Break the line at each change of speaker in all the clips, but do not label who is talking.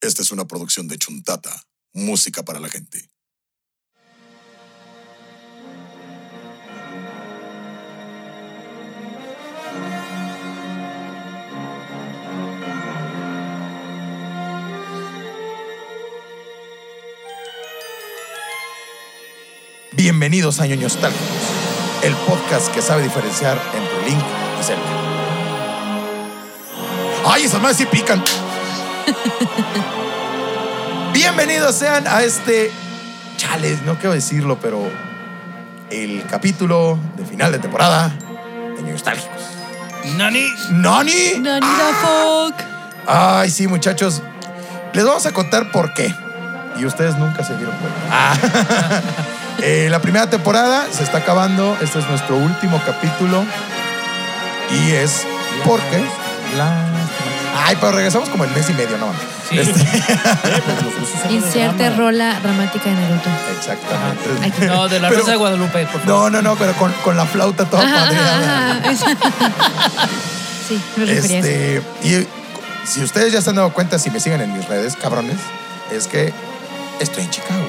Esta es una producción de Chuntata, música para la gente.
Bienvenidos a Ñoños Tálgicos, el podcast que sabe diferenciar entre Link y Zelda. ¡Ay, esas más sí pican! Bienvenidos sean a este. Chales, no quiero decirlo, pero. El capítulo de final de temporada de Ñoños Tálgicos.
Nani.
¡Nani!
Nani
Ay, sí, muchachos. Les vamos a contar por qué. Y ustedes nunca se dieron cuenta. Ah. Eh, la primera temporada se está acabando. Este es nuestro último capítulo. Y es porque. Ay, pero regresamos como el mes y medio, no mames.
Sí.
Inserte rola dramática de Naruto.
Exactamente.
Aquí.
No, de la
Pero-
Rosa de Guadalupe, por favor.
No, no, no, pero con, con la flauta toda madreada.
Ajá, ajá, ajá. Sí, me refería a eso.
Este, y si ustedes ya se han dado cuenta, si me siguen en mis redes, cabrones, es que estoy en Chicago.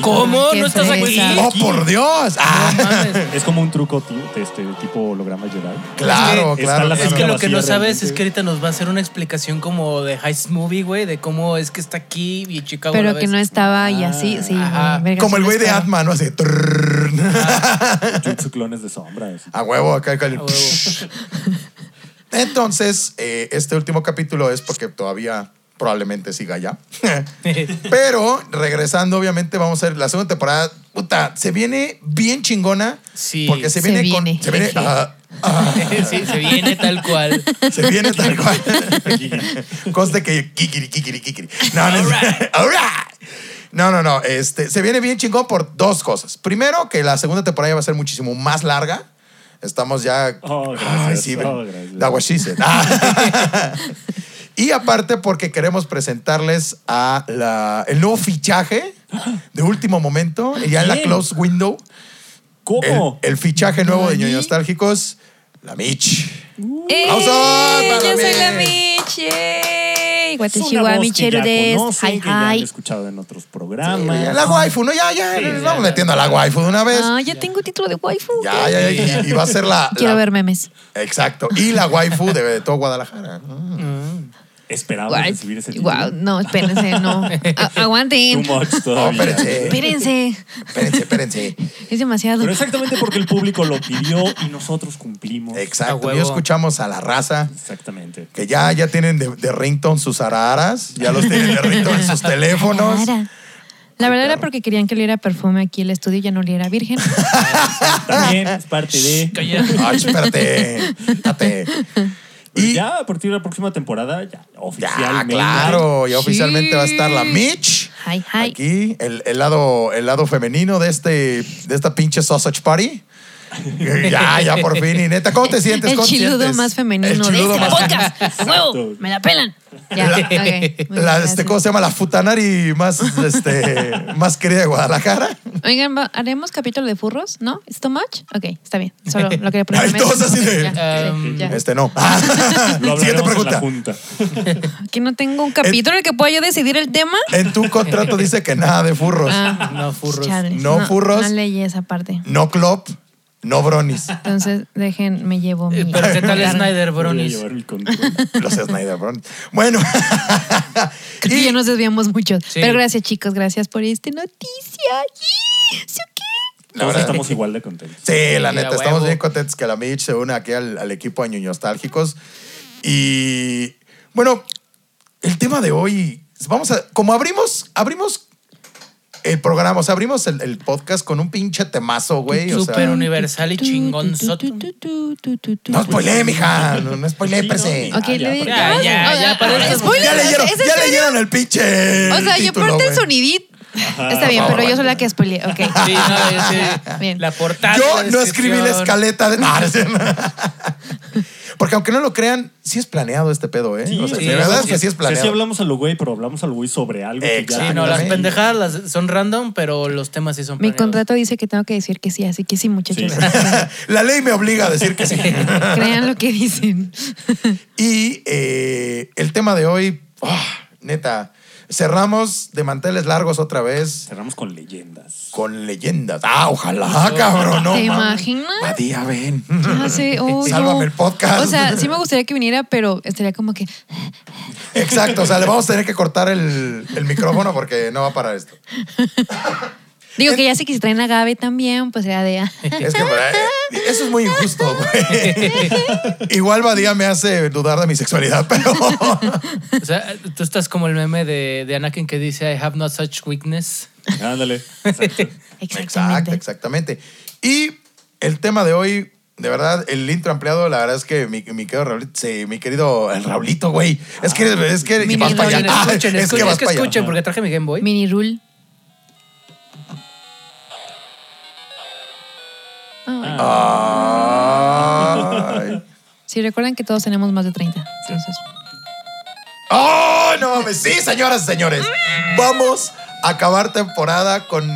¿Cómo?
Qué
¿No estás aquí?
fresa.
¡Oh, por Dios! Ah,
No mames.
Es como un truco tío, de este, tipo holograma Jedi.
claro,
que
claro.
está la
claro.
Es que lo que no
Vacía
sabes
realmente.
es que ahorita nos va a hacer una explicación como de Heist Movie, güey, de cómo es que está aquí y Chicago. a
Pero
la
que
vez.
no estaba y así, sí.
Ajá.
güey, verga,
Como
sí
el
no
güey de
estaba.
Atman, ¿no? Así. trrrr.
Jutsu clones de sombras.
A huevo, acá acá, el-
A huevo.
Entonces, eh, este último capítulo es porque todavía probablemente siga allá. Pero regresando, obviamente, vamos a ver la segunda temporada. Puta, se viene bien chingona.
Sí.
Porque se
Se
viene, con.
viene.
Se viene.
Jeje.
ah, ah,
sí, se viene tal cual.
se viene tal cual. Conste que. Kikiri, kikiri, kikiri. No, no, es- All right. No, no, no. Este, se viene bien chingón por dos cosas. Primero, que la segunda temporada va a ser muchísimo más larga. Estamos ya.
Oh, gracias.
Ay, sí,
Oh, gracias.
that was she said. Ah. y aparte, porque queremos presentarles a la- el nuevo fichaje de último momento, ya en la
¿Quién?
close window. El,
¿Cómo?
el fichaje nuevo de
¿Nani?
Ñoños Nostálgicos, la Mitch.
¡Eh!
¡Aplausos para
Yo soy la
mí!
Mitch. ¡Yay!
Es una
Guatashiwa,
voz que
Michero
ya
des.
conocen,
Hi,
que ya han
hi.
escuchado en otros
Ya
programas.
La waifu, ¿no? Ya, ya.
Sí,
nos
ya,
vamos
ya.
metiendo a la waifu de una vez.
Ah, ya tengo título de waifu.
ya, ya, ya. Y, y va a ser la.
Quiero
la-
ver memes.
Exacto. Y la waifu de, de todo Guadalajara. ¿no?
Esperamos
Guau,
recibir ese título.
guau, no, espérense, no. A- aguanten.
Too much
No,
todavía.
espérense.
Espérense.
Espérense, espérense.
Es demasiado.
Pero exactamente porque el público lo pidió y nosotros cumplimos.
A
Exacto.
huevo.
Y escuchamos a la raza.
Exactamente.
que ya, ya tienen de, de ringtone sus araras, ya los tienen de ringtone en sus teléfonos.
Clara. La verdad era porque querían que oliera perfume aquí el estudio y ya no oliera virgen.
También es parte de.
Calla.
Ay, espérate, espérate.
Y
Y ya,
Pues ya a partir de la próxima temporada, ya oficialmente.
claro, ya oficialmente va a estar la
Sí.
Mitch.
Hi, hi.
Aquí, el, el lado, el lado femenino de, este, de esta pinche sausage party. Ya, ya por fin. Y neta, ¿cómo te sientes?
El
¿Cómo te
chiludo
sientes?
más femenino
El
de
chiludo
este
más
podcast.
Exacto.
¡Huevo! ¡Me la pelan! Ya,
La-
ok, muy bien,
La, este,
gracias.
¿Cómo se llama? La futanari más, este, más querida de Guadalajara.
Oigan, va- ¿haremos capítulo de furros? ¿No? ¿It's too much? Ok, está bien. Solo lo quería
Ay,
preguntar.
todos así de-
Ya,
Um,
ya.
Este no.
Lo
Siguiente
hablaremos en
pregunta.
la junta.
¿Que no tengo un capítulo
Eh,
en el que pueda yo decidir el tema?
En tu contrato dice que nada de furros.
Ah,
No, furros.
chales,
No furros.
No leí esa parte.
No club, no bronis.
Entonces, dejen, me llevo mi...
Eh, Pero ¿qué tal
mi carne.
Snyder
Voy a
Bronis?
llevar el control.
Los Snyder bronis. Bueno.
Creo que
y
ya nos desviamos mucho.
Sí.
Pero gracias, chicos. Gracias por esta noticia. ¡Yee! ¿Sí o qué?
la
Todos
verdad-
estamos igual de contentos.
Sí, la
Sí,
neta,
a
estamos
huevo.
bien contentos que la Mitch se une aquí al, al equipo de Ñuños Nostálgicos. Y bueno, el tema de hoy, vamos a, como abrimos, abrimos el programa, o sea, abrimos el, el podcast con un pinche temazo, güey. O
Súper
sea,
universal y chingón.
no spoilé, mija, no, no spoilé, per se.
Ok,
Ah,
le
ya,
digo.
ya,
Ah,
ya,
ah,
ya, para
ah,
eso-
spoiler,
Ya
¿es-
leyeron,
es en
ya
serio?
leyeron el pinche.
O sea, yo
título,
parte el
güey.
sonidit. Está bien,
por
pero yo
favor.
soy la que spoileé. Ok.
Sí, no, yo sí.
Bien.
La portada.
Yo
la
no escribí la
descripción.
escaleta. de- Ah, sí. Porque aunque no lo crean, sí es planeado este pedo, ¿eh? o sea,
sí,
de verdad
sí,
es que sí es
O sea,
planeado.
sí hablamos a lo güey, pero hablamos a lo güey sobre algo que ya
Exacto.
Sí, no, las
Exactamente.
pendejadas las- son random, pero los temas sí son
Mi
planeados.
contrato dice que tengo que decir que sí, así que sí, muchachos.
Sí.
La ley me obliga a decir que sí.
Crean lo que dicen.
Y eh, el tema de hoy, ah, Neta. Cerramos de manteles largos otra vez
Cerramos con leyendas.
con leyendas. Ah, ojalá, cabrón. No,
¿Te
mames.
imaginas?
Badía, ven.
Ya sé, uy,
Sálvame
no.
el podcast.
O sea, sí me gustaría que viniera, pero estaría como que.
Exacto, o sea, le vamos a tener que cortar el, el micrófono porque no va para esto.
Digo que ya sé que si traen a Gabe también, pues era de.
Es que eh, eso es muy injusto, güey. Igual Badía me hace dudar de mi sexualidad, pero
O sea, tú estás como el meme de, de Anakin que dice, I have no such weakness.
Ándale. Exacto.
Exactamente.
Exacto, exactamente. Y el tema de hoy, de verdad, el intro ampliado, la verdad es que mi, mi querido Raulito, sí, mi querido el Raulito, güey. Es que, es que
Mini
vas para allá.
Raulito,
Ah,
Ah, escuchen,
es que
escuchen,
vas
es que
para allá.
escuchen, porque traje mi Game Boy.
Mini rule. Ay,
Ay.
Sí, recuerden que todos tenemos más de 30. Entonces,
¡Oh, no mames! Sí, señoras y señores. Vamos a acabar temporada con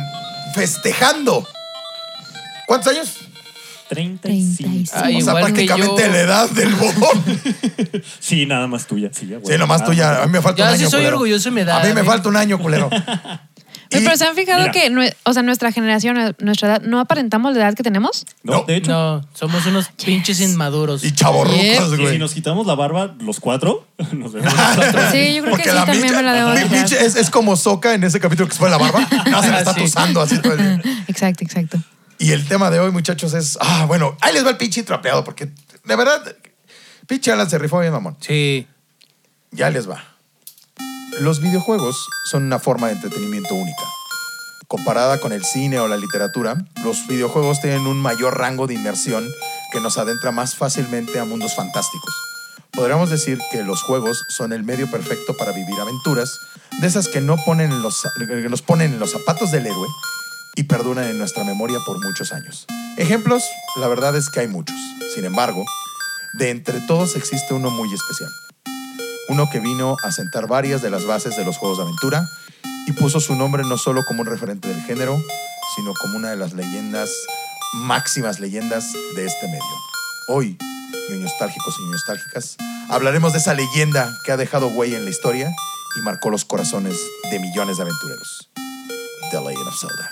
festejando. ¿Cuántos años?
35.
35.
Ay,
o sea,
Ah, igual que
prácticamente
yo.
la edad del bobón.
Sí, nada más tuya. Sí, ya, güey.
Sí, nomás tú
Nada más.
ya. A mí me falta
Ya,
un año.
sí soy
culero.
orgulloso y me da,
A mí me
güey.
falta un año, culero. Y-
Oye, pero se han fijado
Mira.
que, nue- o sea, nuestra generación, nue- nuestra edad, no aparentamos la edad que tenemos.
No,
No.
de hecho.
No, somos unos pinches inmaduros.
Y chavorrucos,
Y
güey.
si nos quitamos la barba, los cuatro, nos vemos.
Sí, yo creo
Porque
que sí,
la
también
micha-
me la debo
mi-
de
micha es, es como Soca en ese capítulo que se fue la barba. No, se la está
Sí.
tosando así todo el día.
Exacto, exacto.
Y el tema de hoy, muchachos, es. Ah, bueno, ahí les va el pinche trapeado, porque de verdad, pinche Alan se rifó bien, mamón.
Sí.
Ya les va. Los videojuegos son una forma de entretenimiento única. Comparada con el cine o la literatura, los videojuegos tienen un mayor rango de inmersión que nos adentra más fácilmente a mundos fantásticos. Podríamos decir que los juegos son el medio perfecto para vivir aventuras, de esas que no ponen en los, que nos ponen en los zapatos del héroe y perduran en nuestra memoria por muchos años. Ejemplos, la verdad es que hay muchos. Sin embargo, de entre todos existe uno muy especial uno que vino a sentar varias de las bases de los juegos de aventura y puso su nombre no solo como un referente del género, sino como una de las leyendas, máximas leyendas de este medio. Hoy, nostálgicos y nostálgicas, hablaremos de esa leyenda que ha dejado huella en la historia y marcó los corazones de millones de aventureros. The Legend of Zelda.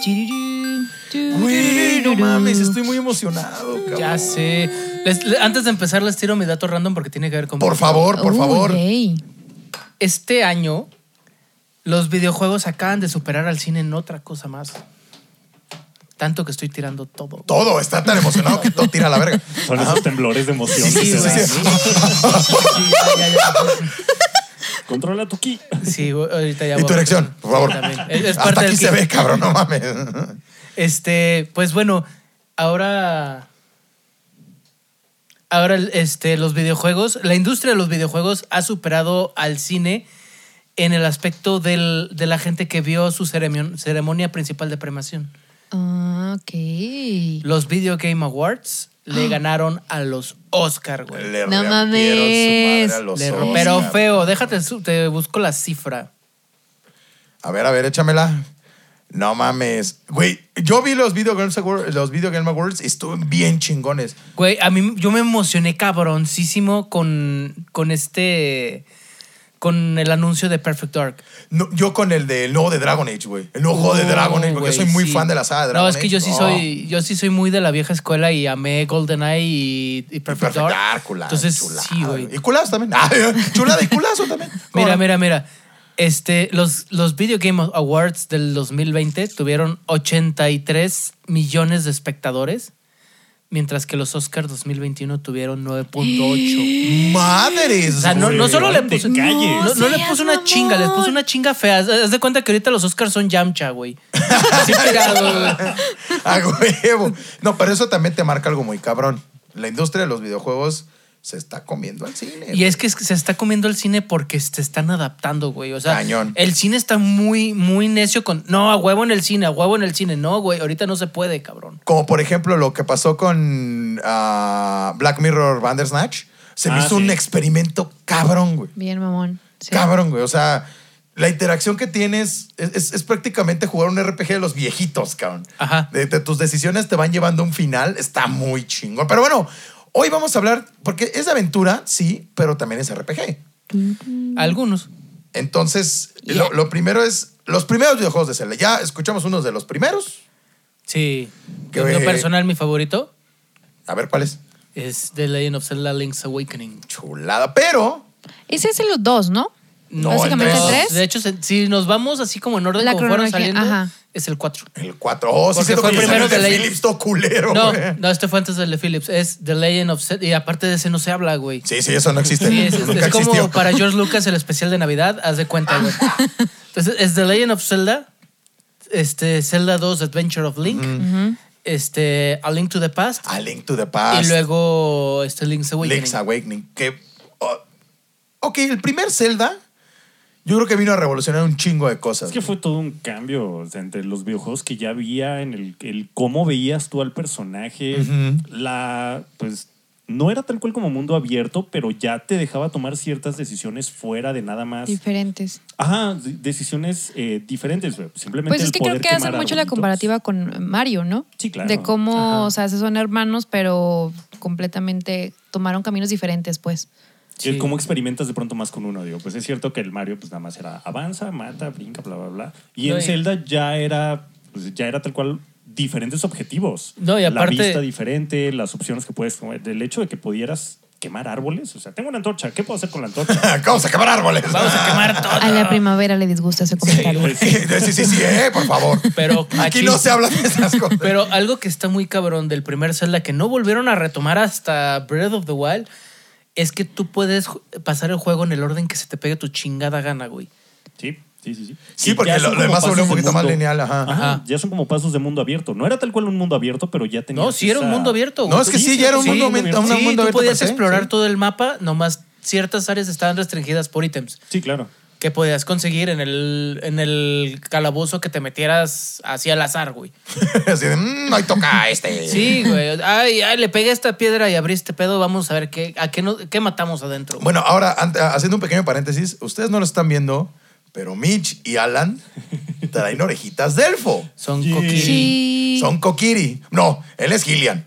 Chirurú, chirurú, chirurú, chirurú.
muy emocionado,
Ya sé. Les- le- antes de empezar, les tiro mi dato random porque tiene que ver con.
Por favor, por
Uy,
favor.
eh.
ey.
Este año, los videojuegos acaban de superar al cine en otra cosa más. Tanto que estoy tirando todo.
Todo está tan emocionado que todo tira a la verga.
Son esos temblores de emoción.
Sí,
que
sí,
se
güey.
dan.
Sí, ya, ya, ya.
Controla tu ki.
Sí, güey, ahorita ya
Y
voy
tu
a-
erección, por favor.
También. Es- es
Hasta
parte
aquí
del
se
kit.
ve, cabrón, no mames.
Este, pues bueno, ahora. Ahora, este, los videojuegos, la industria de los videojuegos ha superado al cine en el aspecto del- de la gente que vio su ceremon- ceremonia principal de premiación.
Ah, ok.
Los Video Game Awards le ganaron a los Oscar, güey.
Ah. Le
Pues, No
rompieron
mames.
su madre a los
Le ro-
Oscar.
pero feo, déjate, su- te busco la cifra.
A ver, a ver, échamela. No mames. Güey, yo vi los Video Game Awards, los Video Game Awards y estuvieron bien chingones.
Güey, a mí yo me emocioné cabroncísimo con, con este. con el anuncio de Perfect Dark.
No, yo con el del nuevo de Dragon Age, güey. El nuevo juego de
Oh,
Dragon Age, porque
güey,
yo soy muy
sí.
fan de la saga de Oh. Dragon
No,
Age.
es que yo sí
No.
soy, yo sí soy muy de la vieja escuela y amé GoldenEye y, y
Y Perfect
Perfect, Dark.
Dark, culada,
Entonces,
Ah, chulada,
sí, güey.
Y culazo también. Ah, chulada y culazo también. ¿Cómo
Mira,
no?
mira, mira. Este, los, los Video Game Awards del 2020 tuvieron 83 millones de espectadores, mientras que los Oscars 2021 tuvieron 9.8.
Madres.
O sea, no, no solo le puso...
De calle.
No, no le
seas
puso una
mamón.
chinga, les puso una chinga fea. Haz de cuenta que ahorita los Oscars son Yamcha, güey. Así tirado, güey.
A huevo. No, pero eso también te marca algo muy cabrón. La industria de los videojuegos se está comiendo al cine.
Y es que es- se está comiendo el cine porque se están adaptando, güey. O sea,
Cañón.
el cine está muy, muy necio con. No, a huevo en el cine, a huevo en el cine. No, güey, ahorita no se puede, cabrón.
Como por ejemplo lo que pasó con ah, Black Mirror Bandersnatch. Se me
Ah,
hizo un
sí.
experimento cabrón, güey.
Bien, mamón. Sí.
Cabrón, güey. O sea, la interacción que tienes es, es- es prácticamente jugar un RPG de los viejitos, cabrón.
Ajá.
De, de tus decisiones te van llevando a un final. Está muy chingón. Pero bueno, Hoy vamos a hablar, porque es de aventura, sí, pero también es RPG.
Algunos.
Entonces, lo, lo primero es los primeros videojuegos de Zelda. Ya escuchamos unos de los primeros.
Sí.
Qué
en
be-
lo personal, mi favorito
A ver cuáles.
es The Legend of Zelda Link's Awakening.
Chulada. Pero
Ese es el 2, ¿no?
No,
Básicamente el
el tres.
3.
De hecho, se- si nos vamos así como en orden
La
como fueron
cronología,
saliendo,
ajá.
es el 4.
el 4. Oh, sí,
Porque
siento
fue
que
el primero
primero de
que leí.
Philips, todo culero.
No,
güey.
no, este fue antes del de Phillips. Es The Legend of Zelda. Y aparte de ese no se habla, güey.
Sí, sí, eso no existe.
Sí, es, es-
Nunca
es como
existió.
para George Lucas el especial de Navidad, haz de cuenta, güey. Entonces, es The Legend of Zelda, este, Zelda 2, Adventure of Link, este, A Link to the Past,
A Link to the Past.
y luego este Link's Awakening.
Link's Awakening. Que. oh, ok, el primer Zelda. Yo creo que vino a revolucionar un chingo de cosas.
Es que fue todo un cambio o sea, entre los videojuegos que ya había, en el, el cómo veías tú al personaje, la, pues, no era tal cual como mundo abierto, pero ya te dejaba tomar ciertas decisiones fuera de nada más.
Diferentes.
Ajá, de- decisiones eh, diferentes, güey. Simplemente
Pues
el
es que creo
poder
que hacen
quemar
mucho la
arbolitos.
comparativa con Mario, ¿no?
Sí, claro.
De cómo,
Ajá.
o sea, se son hermanos, pero completamente tomaron caminos diferentes, pues.
Que
Sí.
Eh, ¿Cómo experimentas de pronto más con uno? Digo, pues es cierto que el Mario pues nada más era avanza, mata, brinca, bla, bla, bla. Y
No,
en
y-
Zelda ya era, pues, ya era tal cual diferentes objetivos.
No, y
La
aparte-
vista diferente, las opciones que puedes comer. El hecho de que pudieras quemar árboles. O sea, tengo una antorcha, ¿qué puedo hacer con la antorcha?
Vamos a quemar árboles.
Vamos a quemar todo.
A la primavera le disgusta ese comentario.
sí, sí, sí, eh, por favor.
Pero
Aquí
aquí-
no se habla de esas cosas.
Pero algo que está muy cabrón del primer Zelda que no volvieron a retomar hasta Breath of the Wild es que tú puedes ju- pasar el juego en el orden que se te pegue tu chingada gana, güey.
Sí, sí, sí. Sí,
Sí,
Que
porque
ya
lo-
son
lo
como
demás se volvió un
pasos de
poquito más
mundo-
lineal, ajá.
Ajá.
Ya son como pasos de mundo abierto. No era tal cual un mundo abierto, pero ya tenía.
No, sí era un mundo abierto. güey.
No, es que sí,
Sí,
ya era un
sí,
mundo,
muy bien.
un
sí,
mundo
tú
abierto
podías
per se,
explorar
sí.
todo el mapa, nomás ciertas áreas estaban restringidas por ítems
Sí, claro.
que podías conseguir en el, en el calabozo que te metieras hacia el azar, güey.
Así de, mmm, hoy toca este.
Sí, güey. Ay, ay, le pegué esta piedra y abrí este pedo, vamos a ver qué, a qué, no- qué matamos adentro. güey.
Bueno, ahora, ante- haciendo un pequeño paréntesis, ustedes no lo están viendo, pero Mitch y Alan traen orejitas de elfo.
Son
Yeah.
coquiri.
Sí.
Son Kokiri. No, él es Gillian.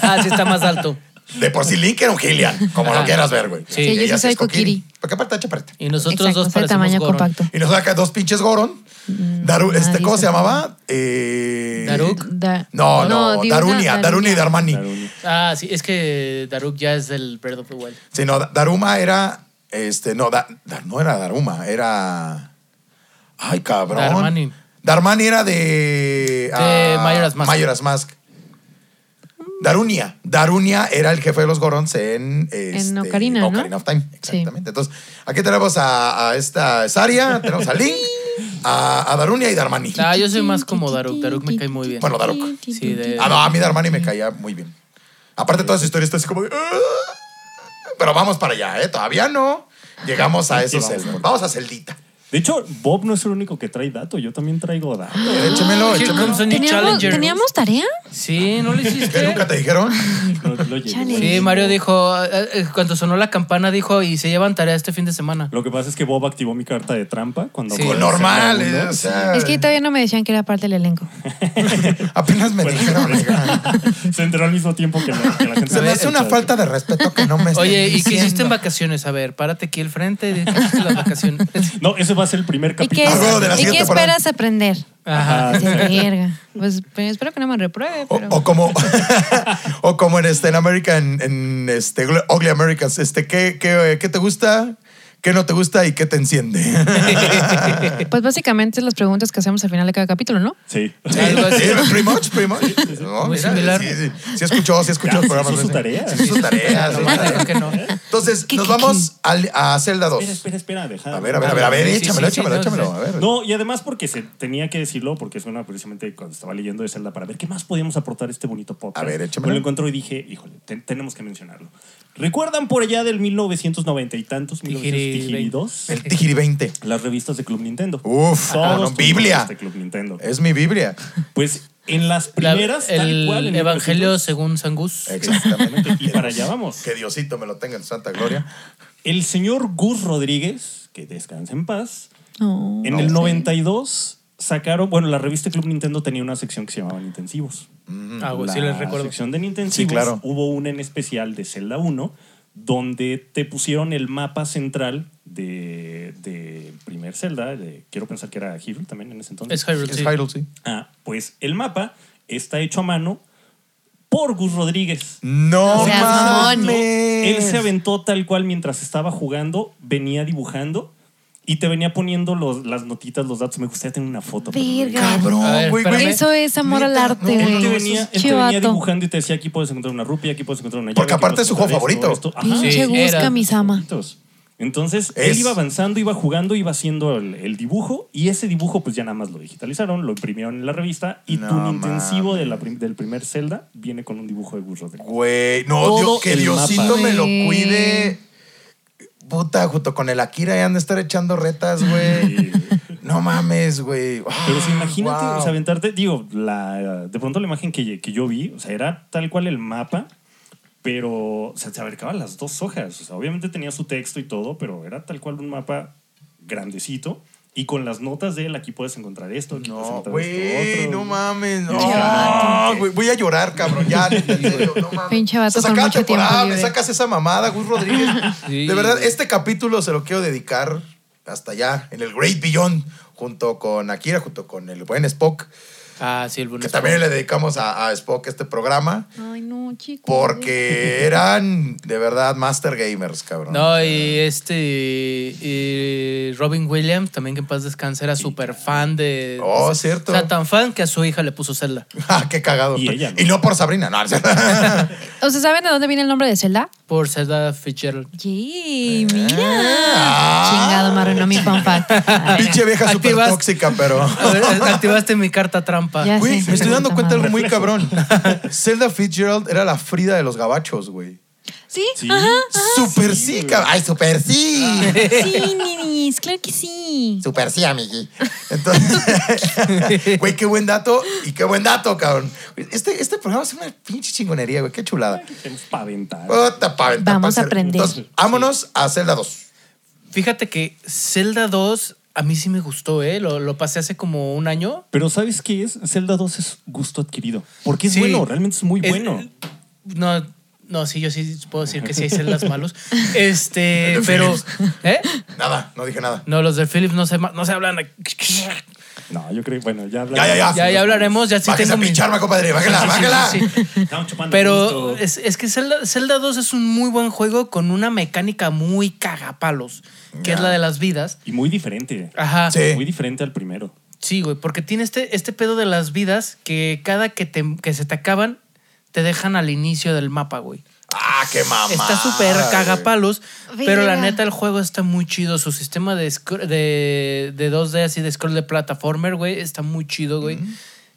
Ah, sí está más alto.
De por sí Link era un Gillian, como lo
Ajá.
quieras ver, güey.
Sí, Sí,
yo
Ella
sí soy
es
Kokiri.
Porque aparte está chaparrita.
Y nosotros
Exacto,
dos
es de
parecemos
tamaño
Goron.
compacto.
Y nos saca dos pinches Goron. Daru- este,
nadie
¿Cómo
se
se
acuerda.
llamaba? Eh,
Daruk.
Da-
No, no,
digo, da-
Darunia, Darunia y Darmani.
Daruni.
Ah, sí, es que Daruk ya es del Breath of the Wild.
Sí, no, Da- Daruma era. Este, no, Da- Da- no era Daruma, era. Ay, cabrón.
Darmani.
Darmani era de. ah,
De Majora's Mask.
Majora's Mask. Darunia. Darunia era el jefe de los Gorons en. este,
Ocarina, ¿no?
of Time. Exactamente. Entonces, aquí tenemos a, a esta Saria, tenemos a Link, a, a Darunia y Darmani.
Ah, yo soy más como Daruk. Daruk me cae muy bien.
Bueno, Daruk.
Sí, de-
Ah, no, a mí Darmani me caía muy bien. Aparte, toda su historia está así como. de, "Ah". Pero vamos para allá, ¿eh? Todavía no. Llegamos a esos
vamos.
celdas. Vamos a celdita.
De hecho, Bob no es el único que trae dato. Yo también traigo dato.
Eh,
Échemelo,
Here
échemelo.
comes a new
¿Teníamos,
challenger.
¿Teníamos tarea?
Sí, ¿no lo hiciste?
¿Nunca te dijeron?
No, lo llevo.
Chale.
Sí, Mario dijo, eh, eh, cuando sonó la campana dijo, y se llevan tarea este fin de semana.
Lo que pasa es que Bob activó mi carta de trampa cuando.
Sí.
fue
Pues
el
normal,
Zelda
eh,
uno.
o sea,
Es que todavía no me decían que era parte del elenco.
apenas me
Bueno,
dijeron. oiga.
Se enteró al mismo tiempo que la, que la gente.
Se me hace una falta de respeto que no me estén
Oye, ¿y qué hiciste en
diciendo.
vacaciones? A ver, párate aquí al frente y di- ¿qué hiciste en las vacaciones.
No, ese va a ser el primer
¿Y qué,
capítulo.
Ah, bueno, de la
¿y qué
siguiente para-
esperas aprender?
Ajá.
Ajá.
Dice, "Verga". Pues pero espero que no me repruebe,
O,
pero...
o como o como en este en América en, en este Gl- Ugly Americans este ¿qué, qué, eh, qué te gusta qué no te gusta y qué te enciende
Pues básicamente es las preguntas que hacemos al final de cada capítulo, ¿no?
Sí.
Sí,
Algo así.
sí, pretty much, pretty much. No,
Muy
mira,
similar.
Sí, sí, sí escuchó, sí escuchó
Ya,
el
Ah, sí
programa.
hizo su
Sí,
tarea.
Sí, hizo su tarea. sí,
Nomás
tarea.
dijo que no.
Entonces,
¿Qué,
nos
qué,
vamos al- a Zelda 2.
Espera, espera, espera. Deja.
A ver, a ver, a ver, a ver,
Sí, sí,
échamelo,
sí, sí,
échamelo,
no,
échamelo.
sí.
A ver.
No, y además porque se tenía que decirlo, porque suena precisamente cuando estaba leyendo de Zelda para ver qué más podíamos aportar a este bonito podcast.
A ver, échamelo.
Pues lo encontró y dije, híjole, te- tenemos que mencionarlo. ¿Recuerdan por allá del 1990 y tantos,
Tijiri
1992?
El Tigiri 20.
Las revistas de Club Nintendo.
Uf,
Todos
no,
tuvimos
Biblia. Eh,
De Club Nintendo.
Es mi Biblia.
Pues en las
La-
primeras, tal cual. en
el Evangelio
1900,
según San Gus.
Eh, Exactamente.
Y para allá vamos.
Que Diosito me lo tenga en su santa gloria.
El señor Gus Rodríguez, que descansa en paz,
No.
en el 92 sacaron, bueno, la revista Club Nintendo tenía una sección que se llamaban Intensivos.
Mm,
Ah, güey, sí
la
les recuerdo.
sección de Nintendo
Sí, claro.
hubo una en especial de Zelda 1 donde te pusieron el mapa central de, de primer Zelda, de- quiero pensar que era Hyrule también en ese entonces.
Es Hyrule,
Es
sí.
Hyrule, sí.
Ah, pues el mapa está hecho a mano por Gus Rodríguez.
No,
O sea, mamón.
mames.
Él se aventó tal cual mientras estaba jugando, venía dibujando y te venía poniendo los, las notitas, los datos. Me gustaría tener una foto. pero no hay.
Verga.
A ver,
Cabrón, güey, güey.
espérame.
Eso es amor al
Neta,
arte,
no, este
Él te
güey.
venía, él te venía
Chivato.
dibujando y te decía aquí puedes encontrar una rupia, aquí puedes encontrar una llave.
Porque
aquí
aparte
puedes
es su juego
encontrar esto,
favorito.
esto. Ajá.
Sí.
Pinche Gus
era.
Kamisama.
Entonces, Entonces,
Es-
él iba avanzando, iba jugando, iba haciendo el, el dibujo y ese dibujo pues ya nada más lo digitalizaron, lo imprimieron en la revista y
No
tu intensivo de la prim- del primer Zelda viene con un dibujo de Gus Rodríguez.
Güey, no,
Todo
Dios, que
el
Diosito
mapa.
me lo
Güey.
cuide. Puta, junto con el Akira ya han de estar echando retas, güey.
Y-
No mames, güey. Ah,
Pero si imagínate,
wow.
o sea, aventarte, digo, la, de pronto la imagen que, que yo vi, o sea, era tal cual el mapa, pero o sea, se abarcaban las dos hojas. O sea, obviamente tenía su texto y todo, pero era tal cual un mapa grandecito y con las notas de él, aquí puedes encontrar esto, aquí puedes
No,
encontrar
güey,
esto otro.
no mames. No, Ah,
Chivato.
güey, voy a llorar, cabrón. Ya, neta, en serio, no mames.
Pinche vato
O sea,
con
cada
mucho tiempo
temporada me
libre.
sacas esa mamada, Gus Rodríguez.
Sí.
De verdad, este capítulo se lo quiero dedicar hasta allá, en el Great Beyond, junto con Akira, junto con el buen Spock,
Ah, sí, el bueno.
que también le dedicamos a, a Spock este programa,
Ay, no, chico.
porque eran de verdad master gamers, cabrón.
No, y este. y Robin Williams, también que en paz descanse, era súper fan de.
Oh, cierto.
O sea, tan fan que a su hija le puso Zelda.
Ah, qué cagado.
Y ella, ¿no?
no por Sabrina, no.
O sea, ¿saben de dónde viene el nombre de Zelda?
Por Zelda Fitzgerald.
Yay, mira.
Eh, Ah.
Chingado, me arruinó mi fun fact. A ver,
Pinche vieja súper
Activas-
tóxica, pero...
A ver, eh, activaste mi carta trampa.
Ya
Güey,
sé,
me estoy dando cuenta
puta
de algo
madre.
muy cabrón. Zelda Fitzgerald era la Frida de los gabachos, güey.
¿Sí?
Sí.
Ajá.
Super sí, cabrón. Ay, super sí.
Ah. Sí, ninis, claro que sí.
Super sí, amigui. Entonces, güey, qué buen dato y qué buen dato, cabrón. Este, este programa es una pinche chingonería, güey. Qué chulada.
Tenemos pa' aventar.
Puta, pa- pa-
Vamos a
hacer-
aprender.
Entonces, vámonos a Zelda 2.
Fíjate que Zelda 2 a mí sí me gustó, ¿eh? Lo, lo pasé hace como un año.
Pero ¿sabes qué es? Zelda 2 es gusto adquirido. Porque es
Sí.
bueno, realmente es muy
Es-
bueno.
No, no, sí, yo sí puedo decir que sí hay Zeldas malos. Este,
Los de
pero.
Philips.
¿Eh?
Nada, no dije nada.
No, los de Philips no se, ma- no se hablan.
No, yo creo, bueno, ya
Ya, ya, ya.
Ya, ya hablaremos, ya sí
Bájese
tengo
a
mi-
pincharme, compadre.
Sí, sí,
Bájala,
sí,
bájala.
sí, sí.
Estamos chupando
Pero
justo.
es, es que Zelda, Zelda 2 es un muy buen juego con una mecánica muy cagapalos, que es la de las vidas.
Y muy diferente.
Ajá.
Sí.
Muy diferente al primero.
Sí, güey, porque tiene este, este pedo de las vidas que cada que, te, que se te acaban, te dejan al inicio del mapa, güey.
Ah, qué mamá.
Está súper cagapalos,
Verga.
pero la neta el juego está muy chido. Su sistema de, scr- de, de 2D así de scroll de plataformer, güey, está muy chido, güey.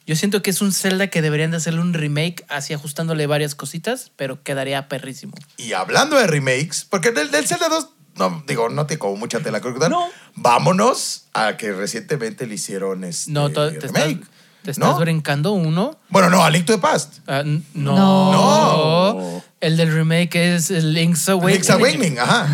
Yo siento que es un Zelda que deberían de hacerle un remake así ajustándole varias cositas, pero quedaría perrísimo.
Y hablando de remakes, porque del, del Zelda 2, no, digo, no te como mucha tela que cortar.
No.
Vámonos a que recientemente le hicieron este
No, to- te estás,
remake.
te estás
¿No?
brincando uno.
Bueno, no, a Link to the Past.
Ah, n- no.
No.
No.
El del remake es el Link's Awakening.
Link's Awakening, ajá.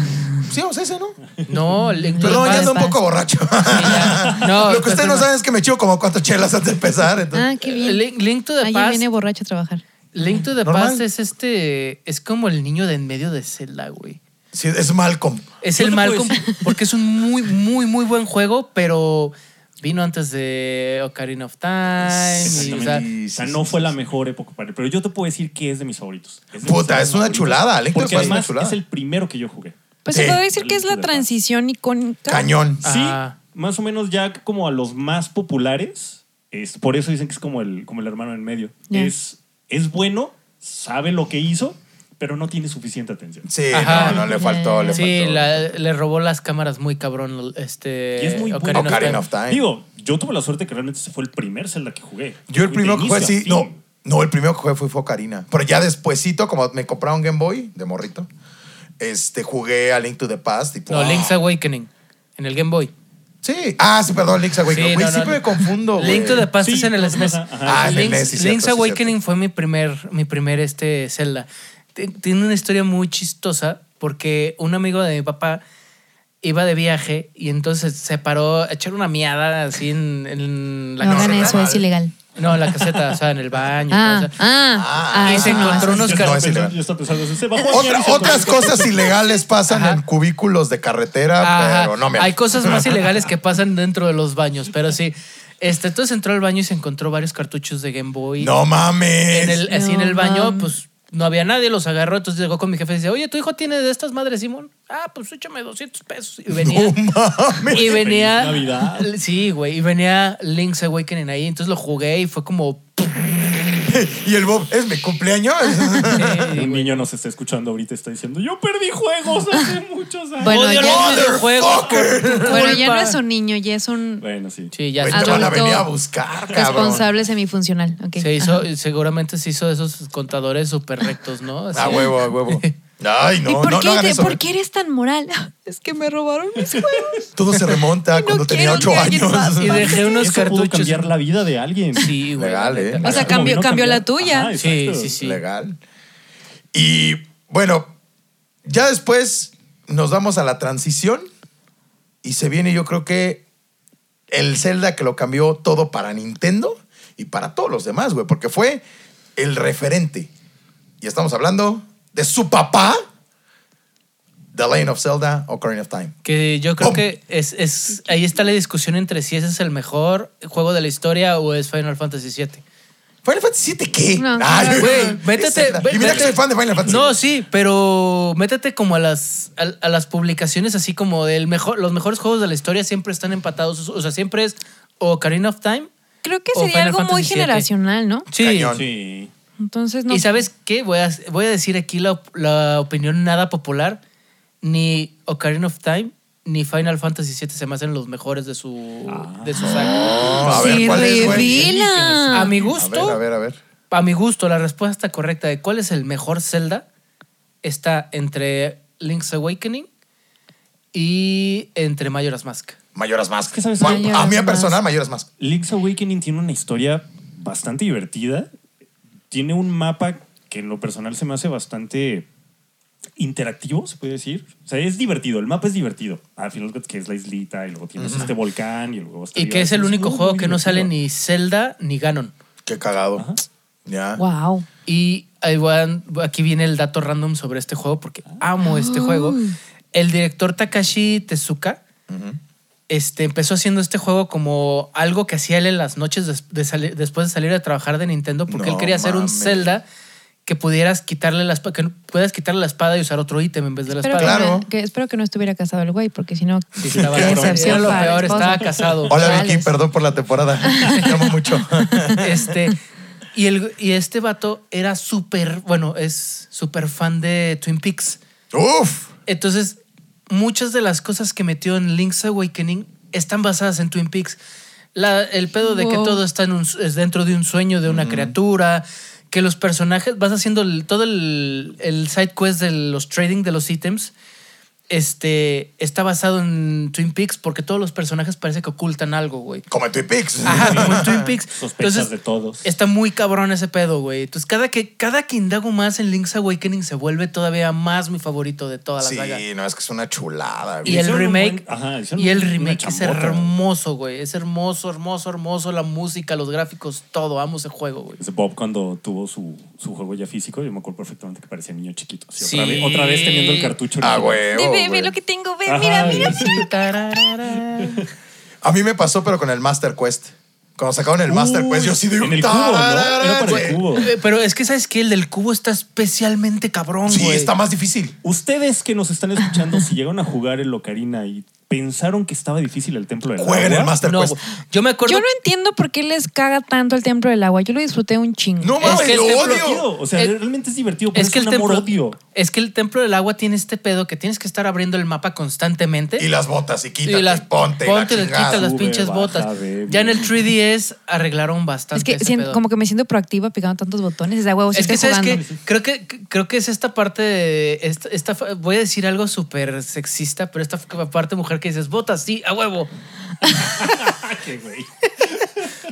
Sí, o sea, ese, ¿no?
No, el Link to the
Perdón, ya
Past.
ando un
Past.
poco borracho.
Sí, ya. No,
Lo que ustedes no
entonces,
saben es que me chivo como cuatro chelas antes de empezar. entonces-
Ah, qué bien.
Link, Link to the
Ayer
Past.
viene borracho a trabajar.
Link to the
Normal.
Past es este. Es como el niño de en medio de Zelda, güey.
Sí, es Malcolm.
Es
Yo
el
te puedo
Malcolm. Porque es un muy, muy, muy buen juego, pero vino antes de Ocarina of Time. y, o sea,
Exactamente.
sí,
o sea,
sí,
no
sí,
fue
sí,
la
sí.
mejor época para él. Pero yo te puedo decir que es de mis favoritos. de mis
Puta,
juegos
es una
favoritos.
chulada. Link to the
Porque
Past es una
además
chulada.
es el primero que yo jugué.
Pues
Sí.
se puede decir que es
Link
la
to the Past.
transición icónica.
Cañón.
Ah.
Sí, más o menos ya como a los más populares. es- por eso dicen que es como el, como el hermano en medio.
Ya.
Es, es bueno, sabe lo que hizo, pero no tiene suficiente atención.
Sí,
Ajá.
no, no, le faltó, le
sí,
faltó.
la- le robó las cámaras muy cabrón. Este,
Y es muy bueno.
Ocarina,
Ocarina
of
of Time.
Digo, yo tuve la suerte que realmente ese fue el primer Zelda que jugué.
Yo el
De
primero que jugué,
inicio a
sí. No,
fin.
no, el primero que jugué fue, fue Ocarina. Pero ya despuesito, como me compraron Game Boy de morrito, este, jugué a Link to the Past. Tipo,
Time. No,
ah.
Link's Awakening. En el Game Boy.
Sí. Ah, sí, perdón, Link's Awakening.
Sí,
Güey,
no, no,
siempre
no.
me confundo, güey.
Link to the Past
Sí,
es en el
pues,
SNES.
ajá, ajá.
Ah, es en el
Link's,
NES, sí, cierto,
Link's
sí,
Awakening fue mi primer, mi primer este Zelda. T- Tiene una historia muy chistosa porque un amigo de mi papá iba de viaje y entonces se paró a echar una miada así en, en la
no
no,
hagan
no,
caseta.
eso,
no,
es
no.
ilegal.
No, en la caseta, o sea, en el baño.
Ah,
o sea,
ah, ah,
y
eso
se
no
encontró
hace.
unos
Yo
No,
estaba
es
cartones.
pensando-
ilegal.
yo estaba pensando, se bajó aquí
Otra-
y se
otras
conectó.
cosas ilegales pasan
Ajá.
en cubículos de carretera,
Ajá.
Ah, pero no me.
Hay cosas más ilegales que pasan dentro de los baños, pero sí. Este, entonces entró al baño y se encontró varios cartuchos de Game Boy.
No mames.
en el, así en
No
el baño,
mames.
pues no había nadie, los agarró. Entonces llegó con mi jefe y dice, oye, ¿tu hijo tiene de estas madres, Simón? Ah, pues échame 200 pesos. Y venía.
No mames.
y venía.
Feliz Navidad.
Sí, güey. Y venía Link's Awakening ahí. Entonces lo jugué y fue como.
Y el Bob, ¿es mi cumpleaños?
eh,
Un niño nos está escuchando ahorita y está diciendo, yo perdí juegos hace muchos años.
Bueno,
odio
ya-
los videojuegos por tu
Bueno, ya no
culpa.
es un niño, ya es un
Bueno, sí.
Sí, ya
Güey,
se
te van
Adulto
a venir a buscar, cabrón.
responsable semifuncional. ok.
Se hizo, seguramente se hizo de esos contadores súper rectos, ¿no? Así.
A Ah, huevo, a huevo. Ay,
¿Y
no,
por,
no,
qué
no hagan
te-
eso.
por qué eres tan moral? Es que me robaron mis juegos.
Todo se remonta
No
cuando tenía
quiero
ocho
que alguien
años.
más-
Y dejé unos
Eso pudo
cartuchos.
cambiar la vida de alguien.
Sí, güey.
Legal,
la
¿eh?
neta,
O
la
O sea,
neta.
Como
cambió,
vino
cambió la
cambiando.
tuya.
Ajá,
Sí,
exacto.
sí, sí.
Legal. Y bueno, ya después nos vamos a la transición y se viene yo creo que el Zelda que lo cambió todo para Nintendo y para todos los demás, güey, porque fue el referente. Y estamos hablando de su papá, The Lane of Zelda, Ocarina of Time.
Que yo creo
¡Pum!
que es, es, ahí está la discusión entre si ese es el mejor juego de la historia o es Final Fantasy VII.
¿Final Fantasy VII qué?
No,
Ay,
claro.
Güey, métete.
Zelda.
ve-
Y mira
ve-
que soy fan de Final Fantasy.
No, sí, pero métete como a las, a, a las publicaciones así como del mejor, los mejores juegos de la historia siempre están empatados. O sea, siempre es o Ocarina of Time.
Creo que
O
sería
Final
algo muy
Fantasy VII.
generacional, ¿no?
Sí.
Cañón.
Sí.
Entonces no.
¿Y sabes qué? Voy a, voy a decir aquí la, op- la opinión nada popular. Ni Ocarina of Time ni Final Fantasy VII se me hacen los mejores de su, de su saga.
No, a ver,
Se
¿cuál es, güey?
revela.
A mi
A
gusto,
ver, a ver, a ver.
a mi gusto, la respuesta correcta de cuál es el mejor Zelda está entre Link's Awakening y entre Majora's Mask.
Mayoras más.
que sabes-
A mí
Majora's
en personal,
Mask.
Mayoras más.
Link's Awakening tiene una historia bastante divertida. Tiene un mapa que en lo personal se me hace bastante interactivo, se puede decir. O sea, es divertido. El mapa es divertido. Al final, que es la islita y luego tienes este volcán y luego... hasta
Y
arriba.
que es el único
muy,
juego
muy
que no sale
divertido.
ni Zelda ni Ganon.
Qué cagado. Ya.
Wow.
Y ahí van- aquí viene el dato random sobre este juego, porque amo este juego. El director Takashi Tezuka este, empezó haciendo este juego como algo que hacía él en las noches des- de sali- después de salir a trabajar de Nintendo, porque
No
él quería hacer un
mames.
Zelda que pudieras quitarle la espada, que no- puedas quitarle la espada y usar otro ítem en vez de la
Espero,
espada.
que
Claro.
no, que- espero que no estuviera casado el güey, porque si no.
Pues Sí, estaba,
qué
era
decepción
lo
para la
peor,
esposa.
estaba casado.
Hola
Chales.
Vicky, perdón por la temporada. Te amo mucho.
este y, el, y este vato era súper, bueno, es súper fan de Twin Peaks.
Uf.
Entonces, muchas de las cosas que metió en Link's Awakening están basadas en Twin Peaks. La- el pedo de que
Wow.
todo está en un- es dentro de un sueño de una criatura, que los personajes, vas haciendo el- todo el, el side quest de los trading de los ítems, este, está basado en Twin Peaks porque todos los personajes parece que ocultan algo, güey.
Como en Twin Peaks.
Ajá, como en Twin Peaks.
Sospechas de todos.
Está muy cabrón ese pedo, güey. Entonces, cada que, cada que indago más en Link's Awakening se vuelve todavía más mi favorito de toda la
Sí,
saga.
no, es que es una chulada.
Y
güey.
el
Hicieron un
remake.
buen- ajá, hicieron
y el
una
remake es
chambota.
hermoso, güey. Es hermoso, hermoso, hermoso. La música, los gráficos, todo. Amo ese juego, güey.
Es Bob cuando tuvo su, su juego ya físico, yo me acuerdo perfectamente que parecía niño chiquito. Así,
Sí.
Otra, vez, otra vez teniendo el cartucho.
Ah,
original.
güey.
Ve,
güey.
ve, ve lo que tengo, ve,
Ajá,
mira, mira.
sí.
Tararara.
A mí me pasó, pero con el Master Quest. Cuando sacaron el Master
Uy,
Quest, yo sí de
En el cubo, ¿no? Era para el
Güey.
cubo.
Eh, Pero es que, ¿sabes qué? El del cubo está especialmente cabrón, güey.
Sí, está más difícil.
Ustedes que nos están escuchando, si llegaron a jugar el Ocarina y pensaron que estaba difícil el templo del
Jueguen el
agua,
Master pues.
No,
Quest.
güey. Yo me acuerdo.
Yo no entiendo por qué les caga tanto el templo del agua. Yo lo disfruté un chingo.
No
Es
mames,
que el
lo
templo-
odio.
divertido, O sea,
El-
realmente es divertido, pero
es que, el
un amor
templo,
odio.
es que el templo del agua tiene este pedo que tienes que estar abriendo el mapa constantemente.
Y las botas, y quítate,
las-
y ponte, y la
ponte,
chingada.
quita las
Sube,
pinches
baja,
botas.
bebe.
Ya en el 3DS arreglaron bastante.
Es que
ese
siento-
pedo.
como que me siento proactiva picando tantos botones. Es de huevo,
Es
siempre
que sabes
jugando.
que creo que creo que es esta parte de esta, esta fa- voy a decir algo súper sexista, pero esta fa- parte mujer que dices botas sí a huevo. Ah,
Qué güey.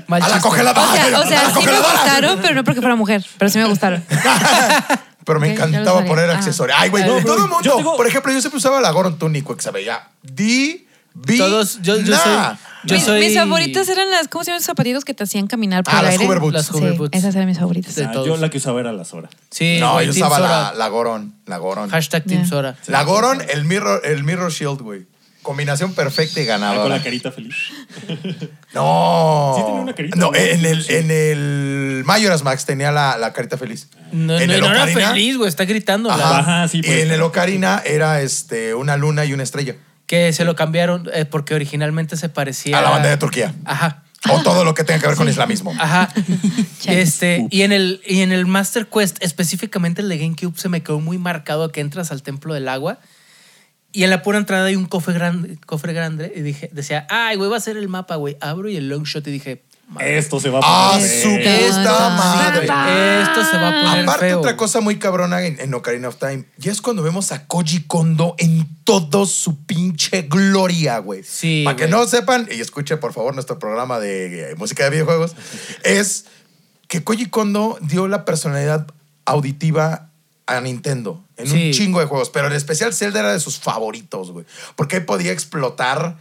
Mal
A la
chiste.
congeladora.
O sea, o
a
sea
la
sí me
congeladora.
gustaron, pero no porque fuera mujer. Pero sí me gustaron.
Pero me
Ok, ya lo
encantaba
sabía.
poner
Ah.
accesorios. Ay, güey,
No,
todo
pero
el mundo.
yo tengo-
Por ejemplo, yo siempre usaba la Goron Tunic, güey, que se veía Vi
Todos, yo, yo
nada.
soy. Yo
mis,
soy
mis favoritas eran las, ¿cómo se llaman esos zapatitos que te hacían caminar por
Ah,
el
las
aire?
hoverboots.
Las
Sí,
hoverboots.
esas eran mis favoritas.
de
Ah, yo
todos.
la que usaba era la Sora.
Sí,
No,
eh, güey,
yo
Team
usaba la,
Sora.
la Gorón. La Gorón.
Hashtag Team
Ya.
Sora.
La Goron, el Mirror, el mirror Shield, güey. Combinación perfecta y
Ah, con
ganadora.
la carita feliz.
No.
Sí tenía una carita,
No,
¿no?
en el, en el Majora's Max tenía la, la carita feliz.
No,
en
no,
el
no era
Ocarina-
feliz, güey. Está gritando.
Ajá.
la-
Ajá, sí, por
en
eso.
el Ocarina era este, una luna y una estrella.
Que se lo cambiaron eh, porque originalmente se parecía.
A la bandera de Turquía.
Ajá.
O todo lo que tenga que ver con islamismo.
Ajá.
Chale.
este, y en el y en el Master Quest, específicamente el de GameCube se me quedó muy marcado que entras al templo del agua y en la pura entrada hay un cofre grande, cofre grande y dije, decía, "Ay, güey, va a ser el mapa, güey." Abro y el long shot y dije,
Esto se va a
Ah,
poner
su
feo.
Eh,
puta madre.
"Esto se va a poner
Ah, Aparte,
feo."
otra cosa muy cabrona en, en Ocarina of Time, y es cuando vemos a Koji Kondo en todo su pinche gloria, güey.
Sí,
Para que
güey.
no sepan, y escuche por favor nuestro programa de eh, música de videojuegos, es que Koji Kondo dio la personalidad auditiva a Nintendo en un
Sí.
chingo de juegos, pero en especial Zelda era de sus favoritos, güey. Porque ahí podía explotar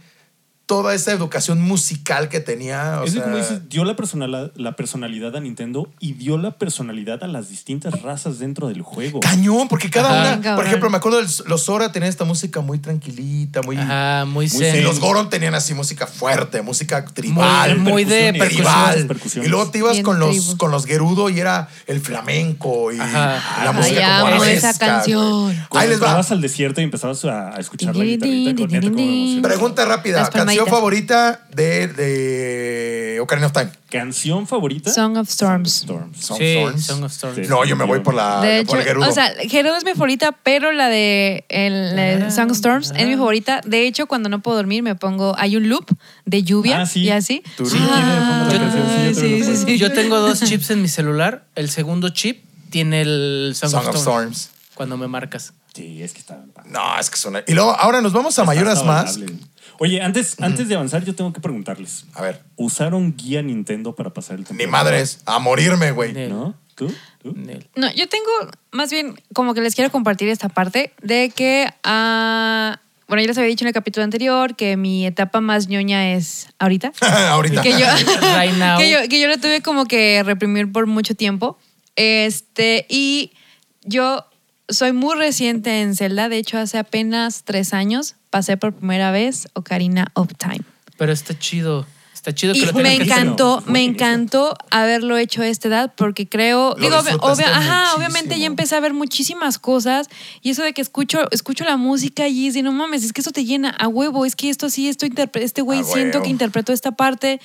toda esa educación musical que tenía. o
Es que
sea,
como dices, dio la, personala- la personalidad a Nintendo y dio la personalidad a las distintas razas dentro del juego.
Cañón, porque cada
Ajá.
una,
Cabrón.
por ejemplo, me acuerdo de los Sora tenían esta música muy tranquilita, muy.
Ajá, muy, zen.
Y los Goron tenían así música fuerte, música tribal,
muy, muy de
percusiones,
tribal.
percusión.
percusiones.
Y luego te ibas
Bien
con los,
tribu.
con los Gerudo y era el flamenco y
Ajá.
la
Ay,
música
amo
como
esa
arabesca,
canción.
güey.
Cuando
Ahí les va.
entrabas al desierto y empezabas a, a escuchar la guitarrita con neta, cómo me emociona.
Pregunta rápida.
Las
¿Canción
palmaditas.
favorita de, de Ocarina of Time?
¿Canción favorita?
Song of Storms.
Song of Storms.
Song
Sí,
Thorns.
Song of Storms.
Sí.
No, Ah, yo me voy por la
De hecho,
por el Gerudo.
o sea, Gerudo es mi favorita, pero la de, el, la de Song of Storms es mi favorita. De hecho, cuando no puedo dormir me pongo, hay un loop de lluvia
Ah, sí.
y así.
Sí, tiene de fondo la canción, sí, yo
Ay, Ah, sí,
también me
sí,
acuerdo.
sí.
Yo tengo dos chips en mi celular. El segundo chip tiene el Song,
Song
of
of
Storm,
Storms.
Cuando me marcas.
Sí, es que está...
No, es que suena. Y luego, ahora nos vamos a Mayoras
Mayoras
más.
Oye, antes, antes de avanzar yo tengo que preguntarles.
A ver.
¿Usaron guía Nintendo para pasar el tiempo?
Ni madres, a morirme, güey.
Ni-
¿No? ¿Tú? ¿Tú?
Nel.
No, yo tengo más bien como que les quiero compartir esta parte de que, ah, bueno, yo les había dicho en el capítulo anterior que mi etapa más ñoña es ahorita.
Ahorita.
que yo,
Right now.
que yo que yo lo tuve como que reprimir por mucho tiempo este y yo soy muy reciente en Zelda de hecho hace apenas tres años pasé por primera vez Ocarina of Time
Pero está chido. Está chido que
y
lo
me
tengan que hacer.
encantó,
Fue
me
genial.
encantó haberlo hecho a esta edad porque
Lo
creo, digo, obvia-
disfrutaste
obvia- ajá,
muchísimo.
obviamente ya empecé a ver muchísimas cosas y eso de que escucho escucho la música y es de no mames, es que eso te llena a huevo, es que esto sí, esto interpre- este güey
A
siento
huevo.
que interpretó esta parte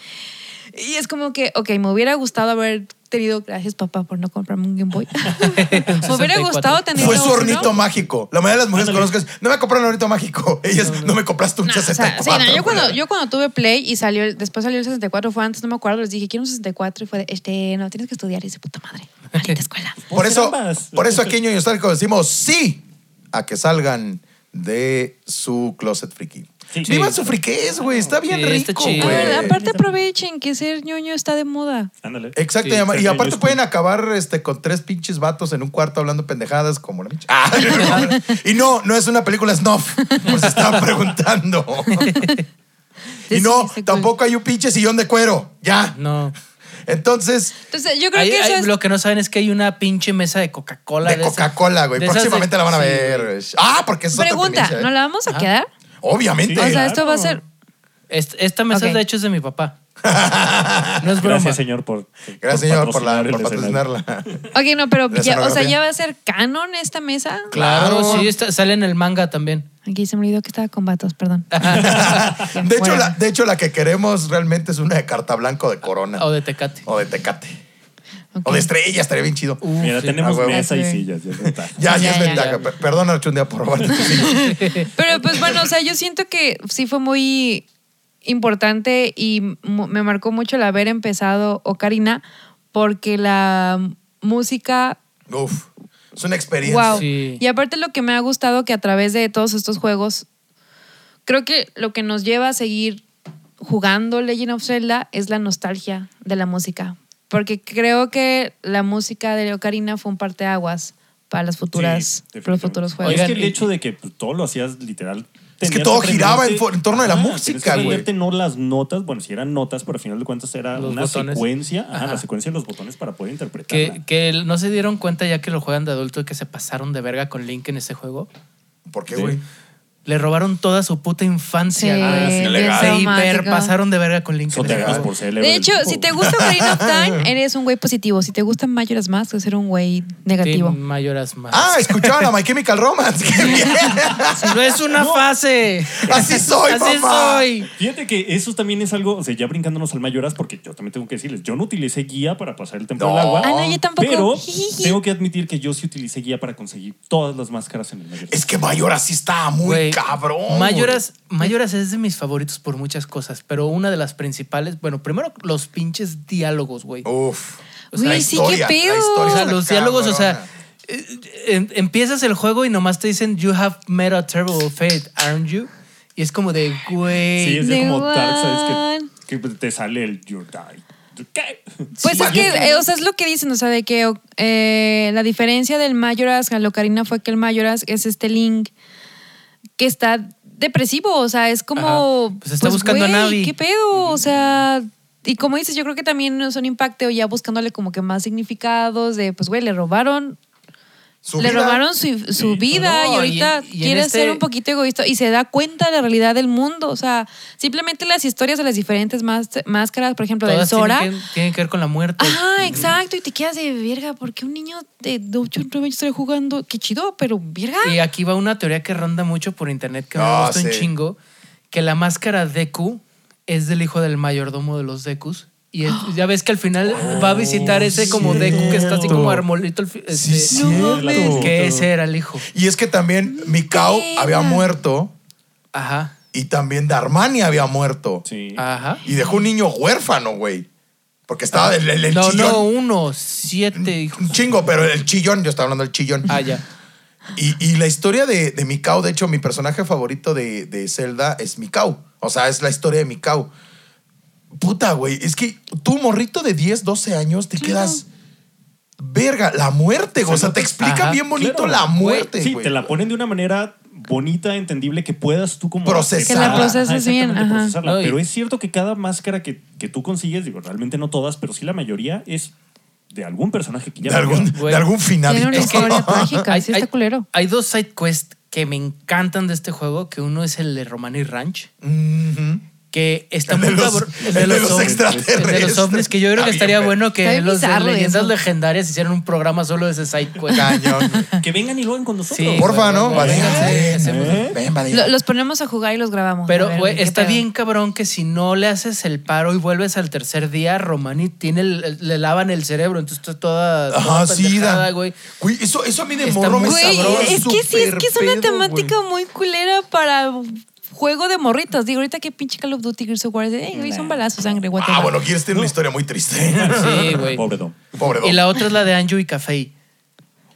y es como que, ok, me hubiera gustado haber tenido, gracias papá por no comprarme un Game Boy, me hubiera
64.
gustado tener
Fue su
uno.
hornito mágico. La mayoría de las mujeres
Ándale.
conozcas, no me compraron un hornito mágico. Ellas, no, me compraste un
No, o sea,
64.
sí, no, yo, cuando,
culera.
yo cuando tuve Play y salió, el- después salió el 64, fue antes, no me acuerdo, les dije, quiero un 64 y fue de, este, no, tienes que estudiar y dice, puta madre, maldita escuela.
por,
Puedo hacer
eso,
ambas.
por eso aquí en Ñoño Nostálgico decimos sí a que salgan de su closet friki.
Sí.
Vivan
Sí.
su friquez, güey. Está bien
Sí,
rico,
está
güey.
chido.
Ah,
Güey.
aparte aprovechen que ser ñoño está de moda.
Ándale.
Exacto,
Sí,
y ama-
ser
y
ñoño
aparte
es
pueden
cool.
acabar este, con tres pinches vatos en un cuarto hablando pendejadas como la pinche. Ah, no. y no, no es una película snuff, por si estaban preguntando. y
Sí,
no,
sí, sí,
tampoco hay un pinche sillón de cuero, ya.
No.
Entonces,
Entonces, yo creo
Ahí-
que eso
ahí
es...
Lo que no saben es que hay una pinche mesa de Coca-Cola.
de
esas-
Coca-Cola, güey.
de esas de-
Próximamente la van a
sí,
ver.
güey.
güey. Ah, porque es otra
Pregunta,
tendencia,
¿no
¿eh?
la vamos a quedar?
Obviamente.
Sí.
o sea, esto va a ser...
Est- Esta mesa,
Ok.
de hecho, es de mi papá. No es broma.
Gracias, señor, por
Gracias, señor, por, la,
patrocinar el
por
escenario.
patrocinarla.
Ok, no, pero
La
ya, o sea,
escenografía.
ya va a ser canon esta mesa.
Claro,
Claro.
sí, está- sale en el manga también.
Aquí se me olvidó que estaba con vatos, perdón. Ya,
de, hecho,
bueno.
la, de hecho, la que queremos realmente es una de carta blanco de corona.
O de Tecate.
O de tecate.
Ok.
O de estrella, estaría bien chido.
Uf,
Mira,
sí.
tenemos
Ah, huevo.
mesa y
Sí.
sillas. Ya está.
Ya, ya,
Ya,
es
ya,
ventaja.
ya.
Per- Perdón, Archundia, por robarte. tu silla.
Pero pues bueno, o sea, yo siento que sí fue muy importante y mu- me marcó mucho el haber empezado Ocarina porque la música,
Uf, es una experiencia.
wow.
Sí.
Y aparte lo que me ha gustado que a través de todos estos juegos, creo que lo que nos lleva a seguir jugando Legend of Zelda es la nostalgia de la música. Porque creo que la música de Ocarina fue un parteaguas para las futuras,
Sí,
para los
definitivamente.
futuros
Es
juegos.
que
Oigan,
el
y-
hecho de que pues, todo lo hacías literal
Es que
tenías
todo
aprenderte-
giraba en, fo- en torno de la
Ajá, tenías que
música, güey.
aprenderte no las notas, bueno, si eran notas, pero al final de cuentas era
Los
una
botones.
secuencia, ajá,
Ajá.
la secuencia de los botones para poder interpretarla.
Que, que no se dieron cuenta ya que lo juegan de adulto y que se pasaron de verga con Link en ese juego.
¿Por qué,
Sí.
güey?
Le robaron toda su puta infancia,
Sí,
güey.
sí,
bien
se
traumático.
hiper pasaron de verga con Link en ese
Soteagas
juego.
por ser el héroe
De
del
hecho,
grupo,
si te
güey.
gusta Ocarina of Time, eres un güey positivo. Si te gustan Majora's Mask, eres un güey negativo.
Sí, mayoras más.
Ah, escuchaban a My Chemical Romance. ¡Qué bien!
no es una fase.
Así soy,
Así
papá.
soy.
Fíjate que eso también es algo, o sea, ya brincándonos al mayoras, porque yo también tengo que decirles, yo no utilicé guía para pasar el templo
No.
del agua.
Ah, no, yo tampoco.
Pero
Jijiji.
tengo que admitir que yo sí utilicé guía para conseguir todas las máscaras en el mayoras.
Es que Mayora sí estaba muy
Güey,
cabrón.
Mayoras, Mayoras es de mis favoritos por muchas cosas, pero una de las principales, bueno, primero los pinches diálogos, güey.
güey. Uf.
O sea,
Uy,
la
sí, qué
historia, la
pedo.
historia.
O sea,
Está
los diálogos, o sea,
cabrona.
eh, em- empiezas el juego y nomás te dicen, You have met a terrible fate, aren't you? Y es como de, güey.
Sí, es de
The
como Dark, ¿sabes?
one.
Que, que te sale el Your Die. ¿Qué?
Pues
Sí,
es que, eh, o sea, es lo que dicen, o sea, de que o- eh, la diferencia del Mayoras a Locarina fue que el Mayoras es este Link que está depresivo, o sea, es como.
Ajá, pues está buscando a
güey,
Navi.
¿Qué pedo? O sea. Y como dices, yo creo que también es un impacto ya buscándole como que más significados de, pues, güey, le robaron,
Su
le
vida.
robaron su, su vida
No,
y
y en-
ahorita
y en
quiere
este-
ser un poquito egoísta y se da cuenta de la realidad del mundo. O sea, simplemente las historias de las diferentes más, máscaras, por ejemplo, de
todas tienen
Sora.
que, pues, tienen que ver con la muerte.
Ajá, exacto. Y te quedas de verga, porque un niño de 8 o 9 años está jugando. Qué chido, pero verga.
Y aquí va una teoría que ronda mucho por internet que me
Ah,
gusta un
sí.
chingo, que la máscara Deku es del hijo del mayordomo de los Dekus. Y es- ya ves que al final va a visitar ese como Deku que está así como armolito. al fi-
Oh, Sí,
este,
sí.
No
la
mames.
cierto.
que ese era el hijo.
Y es que también Mikao
Verga.
había muerto
Ajá.
y también Darmani había muerto.
Sí.
Ajá.
Y dejó un niño huérfano, güey. Porque estaba
Ah.
el, el- el
No,
chillón.
no, uno, siete hijos.
Un chingo, pero el chillón, yo estaba hablando del chillón.
Ah, ya.
Y, y la historia de, de Mikao, de hecho, mi personaje favorito de, de Zelda es Mikao. O sea, es la historia de Mikao. Puta, güey, es que tú, morrito de 10, 12 años, te quedas. Verga, la muerte, güey. O sea, te explican
Ajá,
bien bonito
claro.
la muerte,
Sí,
güey.
te la ponen de una manera bonita, entendible, que puedas tú como...
Procesar. Que la
Ajá,
proceses bien,
exactamente,
ajá.
procesarla.
No, y-
Pero es cierto que cada máscara que, que tú consigues, digo, realmente no todas, pero sí la mayoría es de algún personaje que ya...
de, algún,
Güey.
de algún
Tiene
finadito.
una historia trágica. Sí, está culero.
hay dos side quests que me encantan de este juego, que uno es el de Romani Ranch,
Ujú.
que está
El de
muy
los-
cabrón.
el de los
ovnis.
extraterrestres.
El de los ovnis, que yo creo
Está
que estaría
bien,
bueno que
Está bien
los de
bizarro
leyendas
eso.
legendarias hicieran un programa solo de ese side quest.
Cañón. güey.
Que vengan y lo hagan con nosotros.
Sí,
Porfa, ¿no?
Venga,
Vadíganse.
sí, hacemos-
¿Eh?
Ven, vadíganse.
Lo- los ponemos a jugar y los grabamos. A
Pero
ver,
güey,
qué
está
pedo.
bien cabrón que si no le haces el paro y vuelves al tercer día, Romani tiene el- el- le lavan el cerebro, entonces está toda, toda
Ajá, sí,
pendejada,
da.
güey.
Güey, eso, eso a mí de
Está
morro me
muy
Güey,
sabró
es que sí, es que es una
superpedo,
temática
güey.
muy culera para juego de morritos. Digo, ahorita que pinche Call of Duty, Gears of War, de, eh, güey, son balazos, sangre, whatever.
Ah, bueno, quieres tener una historia muy triste.
Sí, güey.
Pobre Dom.
Pobre
Y
Dom.
la otra es la de Anju y Café.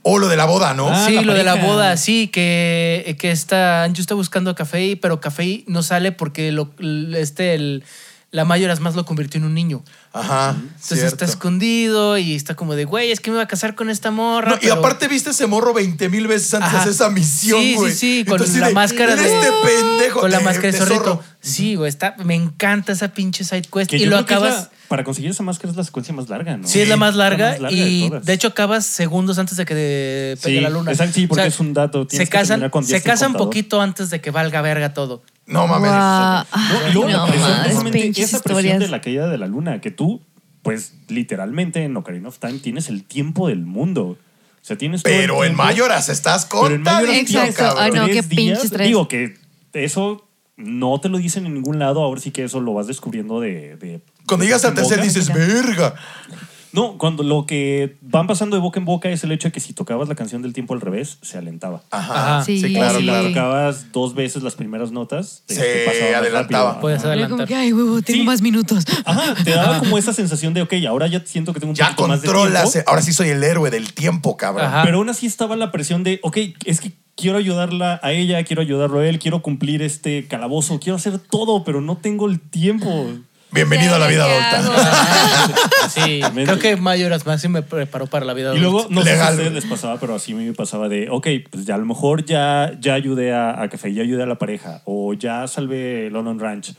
O lo de la boda, ¿no?
Ah,
sí,
la
lo de la
pareja.
boda, sí, que, que esta Anju está buscando a Café, pero Café no sale porque lo, este, el, la mayoras más lo convirtió en un niño.
Ajá.
Entonces
cierto.
está escondido y está como de, güey, es que me iba a casar con esta morra.
No, y
pero-
aparte viste ese morro 20 mil veces antes
Ajá.
de esa misión,
Sí, sí,
güey.
sí, con
Entonces,
la
de,
máscara
"Mira
de- ¡Uh!"
este pendejo
con la
de-
máscara de zorrito.
zorro".
Sí, güey, está, me encanta esa pinche side quest.
Que
Y
yo
lo
creo que es
acabas.
la- para conseguir esa máscara es la secuencia más larga, ¿no?
Sí, es la más larga,
más larga de
y
todas.
de hecho acabas segundos antes de que de-
Sí,
pegue la luna.
exacto, sí, porque es un dato,
Se
tienes que
casan,
terminar con
se
10 el
casan
contador.
poquito antes de que valga verga todo.
No mames.
Guau.
No,
Ay,
y luego la
no,
presión,
madres,
justamente
pinches
esa presión
historias.
de la caída de la luna, que tú, pues literalmente en Ocarina of Time tienes el tiempo del mundo. O sea, tienes todo el
Pero en
tiempo,
Mayoras estás
pero en
corta.
Mayoras
de
Exacto.
tienes
tío, cabrón.
Ay, no,
tres
qué
días.
pinche estrés.
Digo que eso no te lo dicen en ningún lado, ahora sí que eso lo vas descubriendo de... de-
Cuando
de
llegas al
boca en
tercer
boca.
dices, verga.
No, cuando lo que van pasando de boca en boca es el hecho de que si tocabas la canción del tiempo al revés, se alentaba.
Ajá.
Ajá.
Sí,
Sí.
claro,
si la
claro.
tocabas dos veces las primeras notas, te-
Se
te pasaba más
adelantaba.
rápido.
Puedes
Yo como
adelantar.
que, ay, huevo, tengo
Sí.
más minutos.
Ajá, te daba como esa sensación de, ok, ahora ya siento que tengo un
Ya
poquito más de
controlas.
tiempo,
Ahora sí soy el héroe del tiempo, cabrón.
Ajá.
Pero aún así estaba la presión de, ok, es que quiero ayudarla a ella, quiero ayudarlo a él, quiero cumplir este calabozo, quiero hacer todo, pero no tengo el tiempo.
Bienvenido a la vida
¿Qué
adulta.
hago?
Ah, Sí,
Exactamente.
creo que Mayoras Max sí me preparó para la vida
Y luego, no sé si a
Legal.
ustedes les pasaba, pero así a mí me pasaba de, ok, pues ya a lo mejor ya, ya ayudé a, a Café, ya ayudé a la pareja, o ya salvé London Ranch.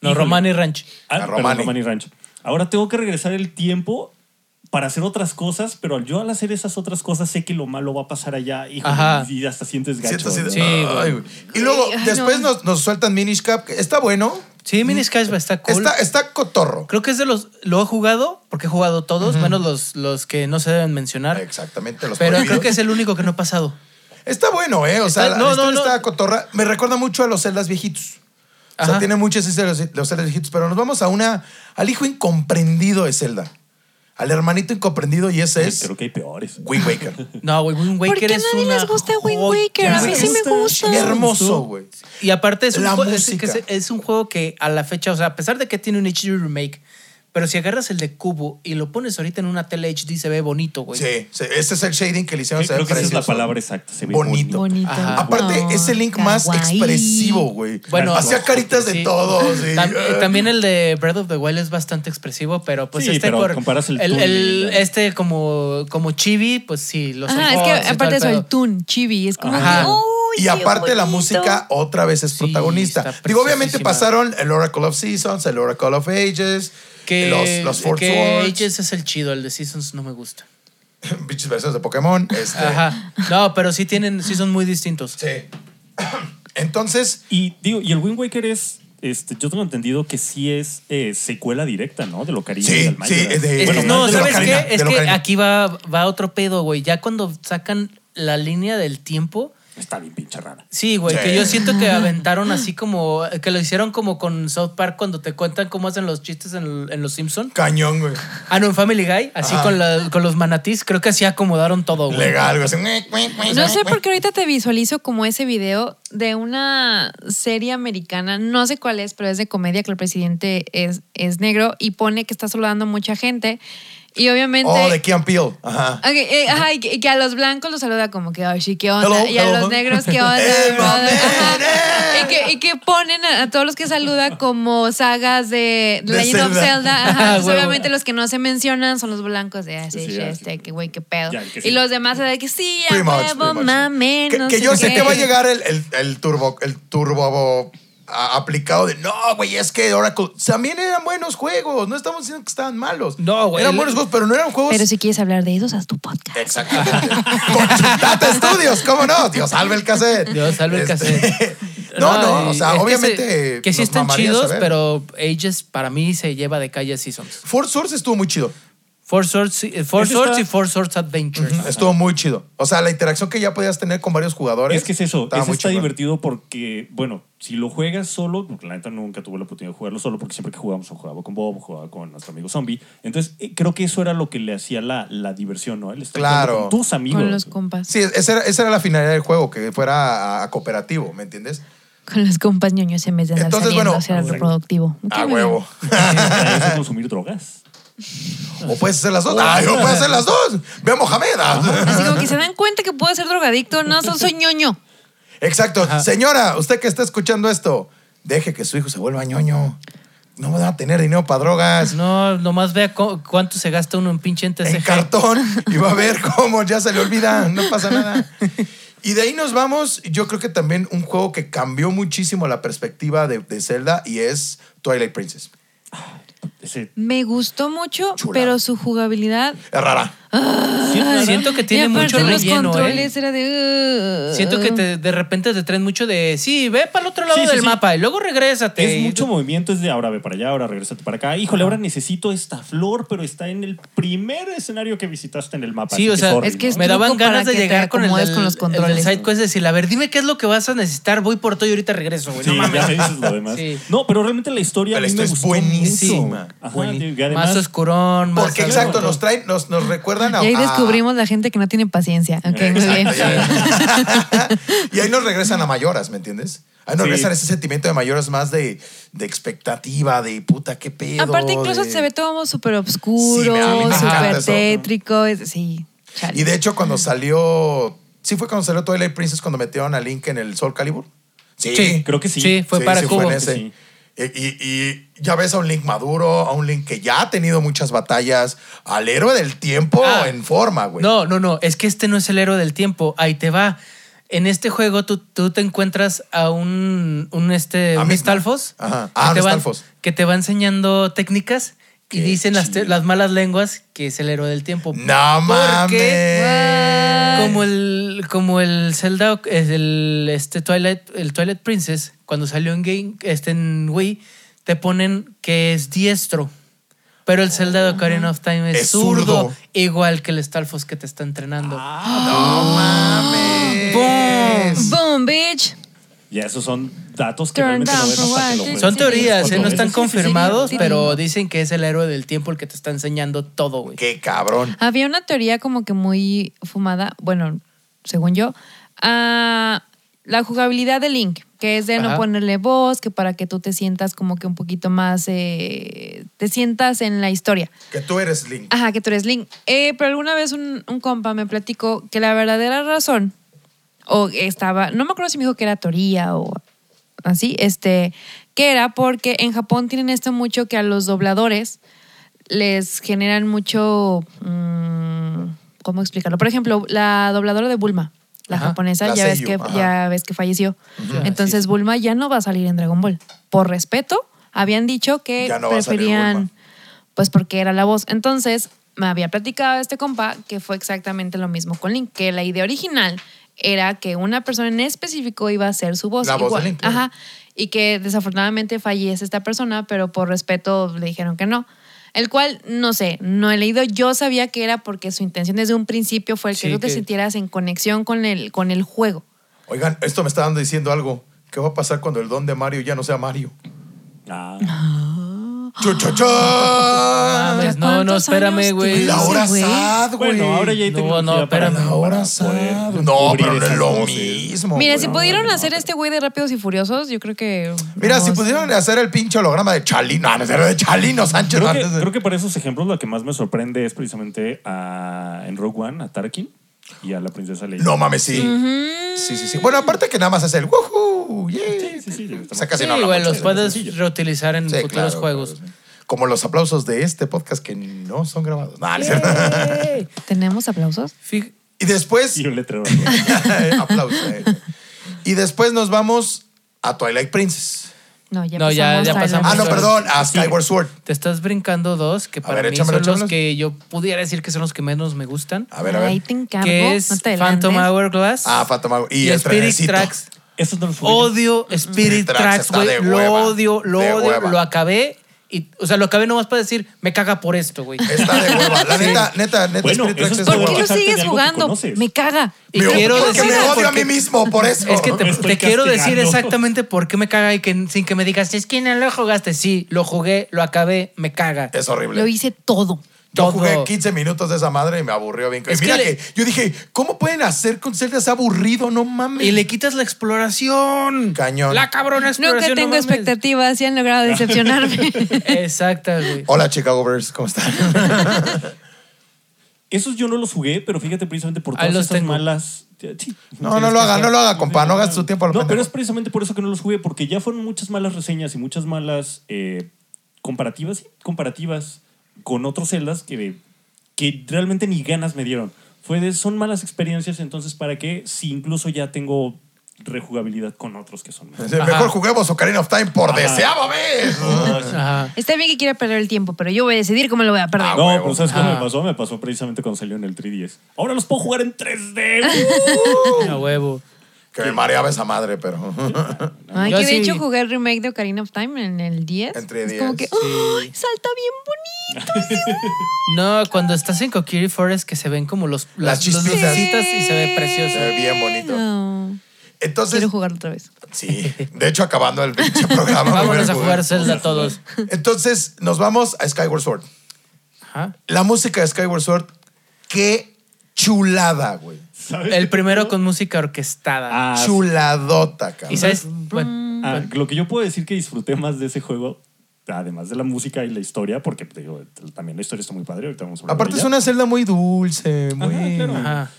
No,
Híjole.
Román y Ranch.
Ah,
A
perdón,
Romani.
Romani Ranch. Ahora tengo que regresar el tiempo para hacer otras cosas, pero yo al hacer esas otras cosas sé que lo malo va a pasar allá híjole,
Ajá.
y hasta sientes gacho.
Siento así de-
Sí,
ay,
güey.
Y luego,
Ay, no.
después nos, nos sueltan Minish Cap. que Está bueno.
Sí, Minish Cashback está cool.
Mm. Está, está cotorro.
Creo que es de los. Lo he jugado, porque he jugado todos, menos los, los que no se deben mencionar.
Exactamente. Los
pero
prohibidos.
creo que es el único que no he pasado.
Está bueno, ¿eh? O sea,
Está-
la
no,
historia
no, no.
está cotorra. Me recuerda mucho a los celdas viejitos. O sea,
Ajá.
tiene muchas historias de los celdas viejitos, pero nos vamos a una. al hijo incomprendido de Zelda. Al hermanito incomprendido, y ese es.
Creo que hay peores.
Wind Waker.
No, güey, Wind Waker
¿Por qué a
es
nadie
una
les gusta Wind
joya.
Waker? A mí sí me gusta.
Hermoso, güey.
Y aparte es un,
La
juego, es, que
música.
es- es un juego que a la fecha, o sea, a pesar de que tiene un HD remake, pero si agarras el de Cubo y lo pones ahorita en una tele HD se ve bonito, güey.
Sí, sí, ese es el shading que le hicieron.
Creo,
se ve
que esa es la
precioso.
palabra exacta. Se ve
Bonito.
bonito.
Bonito.
Ajá.
Aparte, es el link más
kawaii.
expresivo, güey.
Ah, Bueno,
hacía caritas de
sí.
todos. y-
Tam- eh, también el de Breath of the Wild es bastante expresivo, pero pues
Sí,
este
pero
cor-
comparas el
el,
Toon
el-
y la-
este como como chibi, pues sí, los
Ajá, es
ojos y
que
todo
aparte
el
eso, el
pedo.
tune, chibi, es como.
Ajá.
que, "Uy,
Y
qué
aparte la
bonito".
música otra vez es
Sí,
protagonista.
está
Digo, obviamente
preciosísima.
pasaron el Oracle of Seasons, el Oracle of Ages,
que
los, los Four
que
Swords,
Ages es el chido, el de Seasons no me gusta.
bichos versiones de Pokémon. Este,
Ajá. No, pero sí tienen sí son muy distintos.
Sí. Entonces,
Y digo, y el Wind Waker es. Este, yo tengo entendido que sí es eh, secuela directa, ¿no? De lo cariño
Sí,
del
sí, es de-
Es-
Bueno,
no,
de la
¿sabes
Ocarina,
qué? Es
de la
que
Ocarina.
aquí va, va otro pedo, güey. Ya cuando sacan la línea del tiempo,
Está bien pinche rara.
sí, güey,
Sí.
que yo siento que aventaron así como, que lo hicieron como con South Park cuando te cuentan cómo hacen los chistes en, en Los Simpson.
cañón, güey.
Ah, no, en Family Guy, así
Ajá.
con, la- con los manatís, creo que así acomodaron todo, Oh, güey.
Legal, güey. así.
No sé por qué ahorita te visualizo como ese video de una serie americana, no sé cuál es, pero es de comedia que el presidente es, es negro y pone que está saludando a mucha gente. Y obviamente.
Oh, de Key and Peele. Ajá.
Ok, eh, ajá, y que, y que a los blancos los saluda como que, ay, sí, ¿qué onda?
Hello,
y a
hello.
los negros, ¿qué onda?
Hey, my
brother?" Ajá.
man, hey.
Y, que, y que ponen a, a todos los que saluda como sagas de The
De
Legend of
Zelda. Ah,
Zelda. Ajá, entonces,
Huevo.
obviamente los que no se mencionan son los blancos de, ah, sí,
Sí,
sí,
ah,
este,
sí.
que güey, qué pedo.
Ya, el que
Y
sí.
los demás de que sí, a
Pretty much,
huevo,
pretty much.
mamen,
Que,
no
que yo sé
qué".
que va a llegar el, el, el turbo, el turbo a- aplicado de no, güey, es que Oracle también eran buenos juegos. No estamos diciendo que estaban malos.
No, güey,
Eran
el-
buenos juegos, pero no eran juegos.
Pero si quieres hablar de esos, haz tu podcast.
Exactamente. Con Chutata Studios, ¿cómo no? Dios salve el cassette. Este,
Dios salve el cassette.
No, no,
y
o sea,
es que
obviamente.
se- Que sí
nos
están
mamaría
chidos,
saber.
pero Ages para mí se lleva de calle a Seasons.
Four Swords estuvo muy chido.
Four Swords, eh, Four
Ese
Swords
está-
y Four Swords Adventures.
Estuvo muy chido. O sea, la interacción que ya podías tener con varios jugadores.
Es que es eso,
estaba
ese
muy
está
chingón.
divertido porque, bueno, si lo juegas solo, porque la neta nunca tuve la oportunidad de jugarlo solo, porque siempre que jugábamos o jugaba con Bob, o jugaba con nuestro amigo Zombie. Entonces, eh, creo que eso era lo que le hacía la, la diversión, ¿no? Él está jugando
Claro.
con tus amigos.
Con los compas.
Sí, esa era, esa era la finalidad del juego, que fuera a- a cooperativo, ¿me entiendes?
Con los compas ñoños en vez de andar
Entonces,
saliendo
bueno, pues,
a ser algo
exacto.
productivo. Ok,
A
muy bien.
huevo.
Para eso consumir drogas.
O puedes hacer las dos. Ah, yo puedo hacer las dos. Ve a Mohamed. Ah.
Así como que se dan cuenta que puedo ser drogadicto, no, solo soy ñoño.
Exacto. Señora, usted que está escuchando esto, deje que su hijo se vuelva ñoño. No van a tener dinero para drogas.
No, nomás vea cu- cuánto se gasta uno en pinche NTSG.
en cartón y va a ver cómo ya se le olvida, no pasa nada. Y de ahí nos vamos, yo creo que también un juego que cambió muchísimo la perspectiva de, de Zelda y es Twilight Princess.
Ese-
Me gustó mucho,
Chulada.
pero su jugabilidad.
Es rara.
pues, Siento que tiene
y aparte
mucho
los
relleno, ¿eh?
controles era de. uh,
Siento que te- de repente te traen mucho de, sí, ve para el otro lado
Sí, sí,
del
sí.
mapa y luego regrésate.
Es
Y-
mucho movimiento, es de ahora ve para allá, ahora regresate para acá. Híjole, ahora necesito esta flor, pero está en el primer escenario que visitaste en el mapa.
Sí,
así
o sea,
sorry,
es que
¿no?
es
me daban
truco para
ganas de
que te
llegar con el,
acomodes
del-
con los
el del
controles.
side quest y decirle, a ver, dime qué es lo que vas a necesitar, voy por todo y ahorita regreso, güey.
Sí,
no mames.
ya me dices lo demás.
Sí.
No, pero realmente la historia
Pero
a mí
esto
me
es
gustó
buenísima.
mucho. Ajá,
Bueni-
digo, y además-
más oscurón, más
Porque
algo.
exacto, nos traen, nos, nos recuerdan a...
Y ahí
a-
descubrimos la gente que no tiene paciencia. Ok, muy bien.
Ah. Exacto, ya. y ahí nos regresan a mayoras, ¿me entiendes? Ahí nos
Sí.
regresan ese sentimiento de mayoras más de, de expectativa, de puta, qué pedo.
Aparte, incluso
de-
se ve todo súper
Sí, a mí
oscuro,
me encanta
súper
eso.
tétrico. es- Sí. chale.
Y de hecho, cuando salió. Sí, fue cuando salió Twilight Princess cuando metieron a Link en el Soul Calibur. Sí.
Sí,
Creo que sí.
Sí, fue para
fue
Cubo.
en ese.
Sí.
E- Y, y ya ves a un Link maduro, a un Link que ya ha tenido muchas batallas, al héroe del tiempo
Ah.
en forma, güey.
No, no, no. Es que este no es el héroe del tiempo. Ahí te va. En este juego tú, tú te encuentras a un, un este,
A
un
Misma.
Stalfos.
Ah, Ajá. Ah,
que te
un
va-
Stalfos.
Que te va enseñando técnicas y
Qué
dicen las, te-
chido.
las malas lenguas que es el héroe del tiempo.
No
Porque
mames.
Como el, como el Zelda, es el, este Twilight, el Twilight Princess, cuando salió en, game, este, en Wii, te ponen que es diestro. Pero el Zelda de Ocarina of Time es,
Es
zurdo,
zurdo.
igual que el Stalfos que te está entrenando.
Ah,
No mames.
Boom, bitch.
Ya esos son datos que
Turn
realmente no
down
ves
for
hasta que lo
what?
juegas.
Son
Sí,
teorías,
sí,
¿eh?
Cuando
no
ves
están
eso, sí, sí.
confirmados,
sí, sí.
pero dicen que es el héroe del tiempo el que te está enseñando todo, güey.
Qué cabrón.
Había una teoría como que muy fumada, bueno, según yo, a la jugabilidad de Link, que es de
Ajá.
no ponerle voz, que para que tú te sientas como que un poquito más, eh, te sientas en la historia.
Que tú eres Link.
Ajá, que tú eres Link. Eh, pero alguna vez un, un compa me platicó que la verdadera razón, o estaba, no me acuerdo si me dijo que era teoría o así, este, que era porque en Japón tienen esto mucho que a los dobladores les generan mucho, mm, ¿cómo explicarlo? Por ejemplo, la dobladora de Bulma, la
Ajá,
japonesa,
la
ya, ves que,
seiyuu, ajá.
ya ves que falleció.
Ujú.
Entonces Bulma ya no va a salir en Dragon Ball. Por respeto, habían dicho que
Ya no va a salir
preferían
Bulma.
pues porque era la voz. Entonces, me había platicado este compa que fue exactamente lo mismo con Link, que la idea original era que una persona en específico iba a ser su voz.
La voz de Link, claro.
Ajá. Y que desafortunadamente fallece esta persona, pero por respeto le dijeron que no. El cual, no sé, no he leído. Yo sabía que era porque su intención desde un principio fue el que
Sí,
tú te
que-
sintieras en conexión con el, con el juego.
Oigan, esto me está dando diciendo algo. ¿Qué va a pasar cuando el don de Mario ya no sea Mario?
Ah,
Chu, chu, chu.
Mames,
¿Ya
no, no,
cuántos
espérame,
años
güey.
tienes?
La hora
güey.
sad, güey.
bueno, ahora ya hay
No,
tecnología
no,
para,
espérame.
para
Ahora
poder
sad. No,
cubrir
pero no es
esas
lo
voces.
mismo.
Mira,
güey.
si pudieron hacer este güey de Rápidos y Furiosos, yo creo que...
Mira,
no,
si
sí.
pudieron hacer el pinche holograma de Chalino, ah, no, era de Chalino Sánchez.
Creo que,
antes de-
creo que para esos ejemplos la que más me sorprende es precisamente a, en Rogue One, a Tarkin y a la princesa Leia.
No mames, sí. Sí, sí, sí. Bueno, aparte que nada más hace el woohoo, yeah.
Sí, sí, sí,
O sea, casi
Sí,
no hablamos
güey,
de
los
eso.
puedes
sencillo.
reutilizar en
Sí,
futuros
claro,
juegos.
claro, sí. Como los aplausos de este podcast que no son grabados. No, no es cierto.
Ey.
¿Tenemos aplausos?
Fí-
Y después.
Y un letrero.
aplausos. eh. Y después nos vamos a Twilight Princess.
No, ya
No,
pasamos.
ya- ya
a la-
pasamos.
Ah, no,
Sword.
perdón, a Skyward Sword.
Te estás brincando dos que para
ver,
mí
échamelo,
son los
échamelo.
que yo pudiera decir que son los que menos me gustan.
A ver, a
Ahí
ver.
te Ah, encargo.
que es
no te
Phantom
adelantes.
Hourglass.
Ah, Phantom Hour- y el
Spirit
trenecito.
Tracks.
Estos no los ubico.
Odio Spirit
Tracks
Tracks,
está
güey.
de
Lo
hueva,
odio, lo
de
odio.
hueva.
Lo acabé. Y, o sea, lo acabé nomás para decir, me caga por esto, güey.
Está de hueva. La neta, neta, neta,
Bueno,
Spirit Tracks
eso
es
es
de
todo.
¿Por qué
hueva.
lo
Bájate de algo
sigues
que
jugando?
conoces.
Me caga.
Y
Me-
quiero
porque
decir
me
algo,
odio a mí
porque-
mismo, por eso.
Es que te,
estoy
te quiero decir
castigando.
exactamente por qué me caga y que sin que me digas, es que no lo jugaste. Sí, lo jugué, lo acabé, me caga.
Es
Lo
horrible.
hice todo.
Yo jugué
todo.
15 minutos de esa madre y me aburrió bien.
Es
y mira
que
que,
le-
yo dije, ¿cómo pueden hacer con Zelda sea aburrido? No mames.
Y le quitas la exploración.
Cañón.
La cabrona exploración.
Nunca
no
tengo
mames.
expectativas y han logrado decepcionarme.
Exacta, güey.
Hola, Chicago Bears, ¿cómo están?
Esos yo no los jugué, pero fíjate precisamente por
Ahí
todas
los
estas
tengo.
malas. Sí.
No, no lo haga, no lo haga, compa. Ah, No gastes tu tiempo a lo
No, pero
pendejo.
es precisamente por eso que no los jugué, porque ya fueron muchas malas reseñas y muchas malas eh, comparativas, sí, comparativas con otros celdas que, que realmente ni ganas me dieron. Fue de, son malas experiencias, entonces, ¿para qué? Si incluso ya tengo rejugabilidad con otros que son malos.
Sí, Mejor juguemos Ocarina of Time por deseaba vez.
Ajá.
Está bien que quiera perder el tiempo, pero yo voy a decidir cómo lo voy a perder.
Ah,
No,
huevo.
pero ¿sabes cómo
Ah.
me pasó? Me pasó precisamente cuando salió en el 3DS. Ahora los puedo jugar en 3D.
A huevo.
Que me mareaba esa madre, pero.
Ay,
Yo
que de
sí.
hecho jugué el remake de Ocarina of Time en el 10.
Entre
es
10,
como que
sí.
¡ay! salta bien bonito.
No, cuando estás en Kokiri Forest que se ven como los,
Las
las, los
chispitas.
lucecitas y se ve
Se
precioso.
ve bien bonito.
No.
Entonces,
Quiero jugarlo otra vez.
sí. De hecho, acabando el pinche programa.
Vámonos
voy
a jugar Zelda todos.
Entonces, nos vamos a Skyward Sword.
Ajá.
La música de Skyward Sword, qué chulada, güey.
¿Sabes?
El primero con música orquestada.
Ah,
Chuladota, cabrón.
y sabes, bueno,
Ah, lo que yo puedo decir que disfruté más de ese juego, además de la música y la historia, porque digo, también la historia está muy padre. Ahorita vamos a hablar
Aparte
de
es
ella.
una celda muy dulce, muy...
claro.
ajá.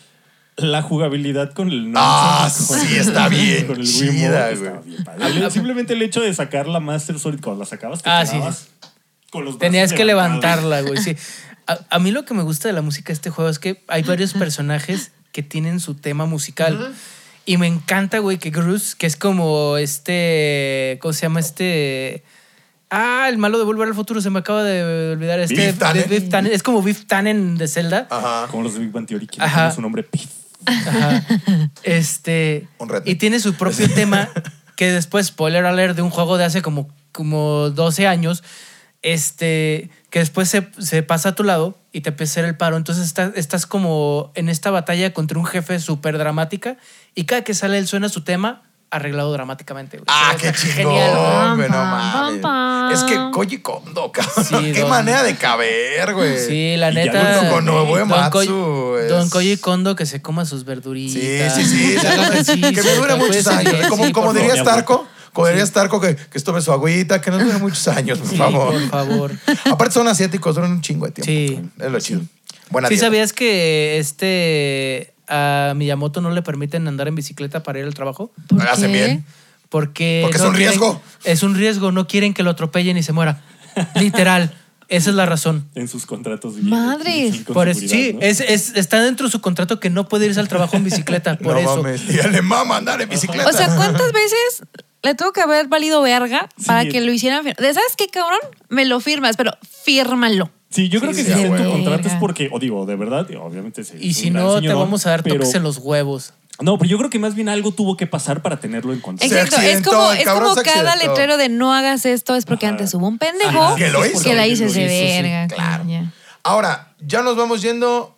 La jugabilidad con el
Ah,
nonsense,
sí, está bien
Con el
chida,
Wiimote,
güey.
estaba bien padre. El- Simplemente el hecho de sacar la Master Sword cuando la sacabas, te
Ah, sí,
quedabas
sí.
con los brazos
Tenías que
levantados.
levantarla, güey. Sí. A, a mí lo que me gusta de la música de este juego es que hay varios personajes que tienen su tema musical. Y me encanta, güey, que Cruz, que es como este. ¿Cómo se llama este? Ah, el malo de Volver al Futuro, se me acaba de olvidar. Este,
Biff Tannen.
Biff Tannen. Es como Biff Tannen de Zelda.
Ajá.
Como los de Big Bang Theory, que
Ajá.
tiene su nombre Piff.
Ajá. Este.
Un reto.
Y tiene su propio tema que después, spoiler alert, de un juego de hace como, como 12 años, este, que después se, se pasa a tu lado y te empieza a hacer el paro. Entonces está- estás como en esta batalla contra un jefe súper dramática y cada que sale él suena su tema arreglado dramáticamente. güey.
Ah,
O sea,
qué
está genial, güey.
chingón, güey, no
Pam, pam, pam.
mames. Es que Koji Kondo, cabrón.
Sí,
qué
don-
manera de caber, güey.
Sí, la
Y ya
neta.
junto con
Nobuo
Don
Matsu
Koji-
es-
Don Koji Kondo que se coma sus verduritas.
Sí, sí, sí.
se haga ejercicio,
que me dure
que
muchos
cuídese
años.
bien,
como
sí,
como
por
diría
favor.
Starco, como diría Starco, que, que esto su agüita, que no dure muchos años, por
Sí,
favor.
Por favor.
Aparte son asiáticos, duran un chingo de tiempo.
Sí.
Es lo chido. Buena
¿Sí
dieta.
sabías que este a Miyamoto no le permiten andar en bicicleta para ir al trabajo?
¿Por
Hágase
qué?
bien.
Porque.
Porque es
no
un
quieren-
riesgo.
Es un riesgo, no quieren que lo atropellen y se muera. Literal. Esa es la razón.
En sus contratos.
Madres.
Madre.
Por eso, sí, es, es- está dentro de su contrato que no puede irse al trabajo en bicicleta. Por
no
eso.
mames. Y le mama andar en bicicleta.
O sea, ¿cuántas veces le tuvo que haber valido verga para
Sí.
que lo hicieran? fir- ¿De ¿Sabes qué, cabrón? Me lo firmas, pero fírmalo.
Sí, yo creo
Sí,
que
sí,
si
a
está en tu
huevo.
contrato es
Verga.
porque, o digo, de verdad, digo, obviamente sí.
Y
es
si
un gran
no, te
señor,
vamos a dar
pero-
toques en los huevos.
No, pero yo creo que más bien algo tuvo que pasar para tenerlo en contrato.
Exacto.
Exacto, es
accidentó,
como,
el
es
cabrón
como
se
cada
accidentó.
letrero de no hagas esto, es porque
Ajá.
antes hubo un pendejo
Ajá.
Que lo hizo.
que la hice
Que
de
lo hizo, sí.
verga.
Claro.
ya.
Ahora, ya nos vamos yendo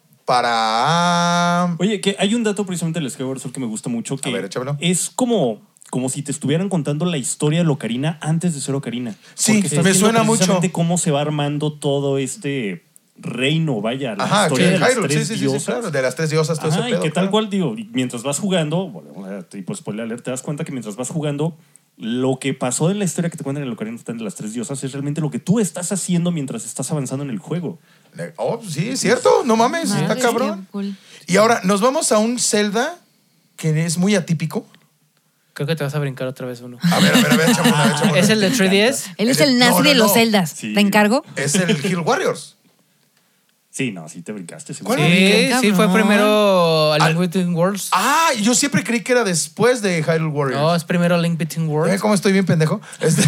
para...
Oye, que hay un dato precisamente del Skyward Sword que me gusta mucho que
A ver, échamelo.
es como como si te estuvieran contando la historia de Locarina antes de ser Ocarina.
Sí,
Porque estás
me
viendo
suena mucho.
precisamente cómo se va armando todo este reino, vaya, la
Ajá,
historia
sí,
de las
Hyrule,
tres
sí, sí, sí,
diosas.
sí, claro, de las tres diosas, todo
Ajá,
ese
y
pedo.
que tal
claro.
cual, digo, y mientras vas jugando, volvemos a tipo spoiler alert, te das cuenta que mientras vas jugando, lo que pasó en la historia que te cuentan en el Ocarina of Time de las tres diosas es realmente lo que tú estás haciendo mientras estás avanzando en el juego.
Le- Oh, sí, es cierto, no mames,
Madre,
está
qué
cabrón.
cool.
Y ahora nos vamos a un Zelda que es muy atípico.
Creo que te vas a brincar otra vez uno.
A ver, a ver, a ver, échame una, échame una.
Ah, es el de 3DS.
Él es
Ese-
el
no,
nazi
no,
de los
no.
celdas.
Sí.
¿Te encargo?
Es el Hill Warriors.
Sí, no, sí te brincaste. seguro.
¿Cuál?
Sí,
Cabrón.
sí, fue primero A
Al-
Link Between Worlds.
Ah, yo siempre creí que era después de Hyrule
No,
Warriors.
es primero a Link Between Worlds.
¿Eh? ¿Cómo estoy bien pendejo? Este,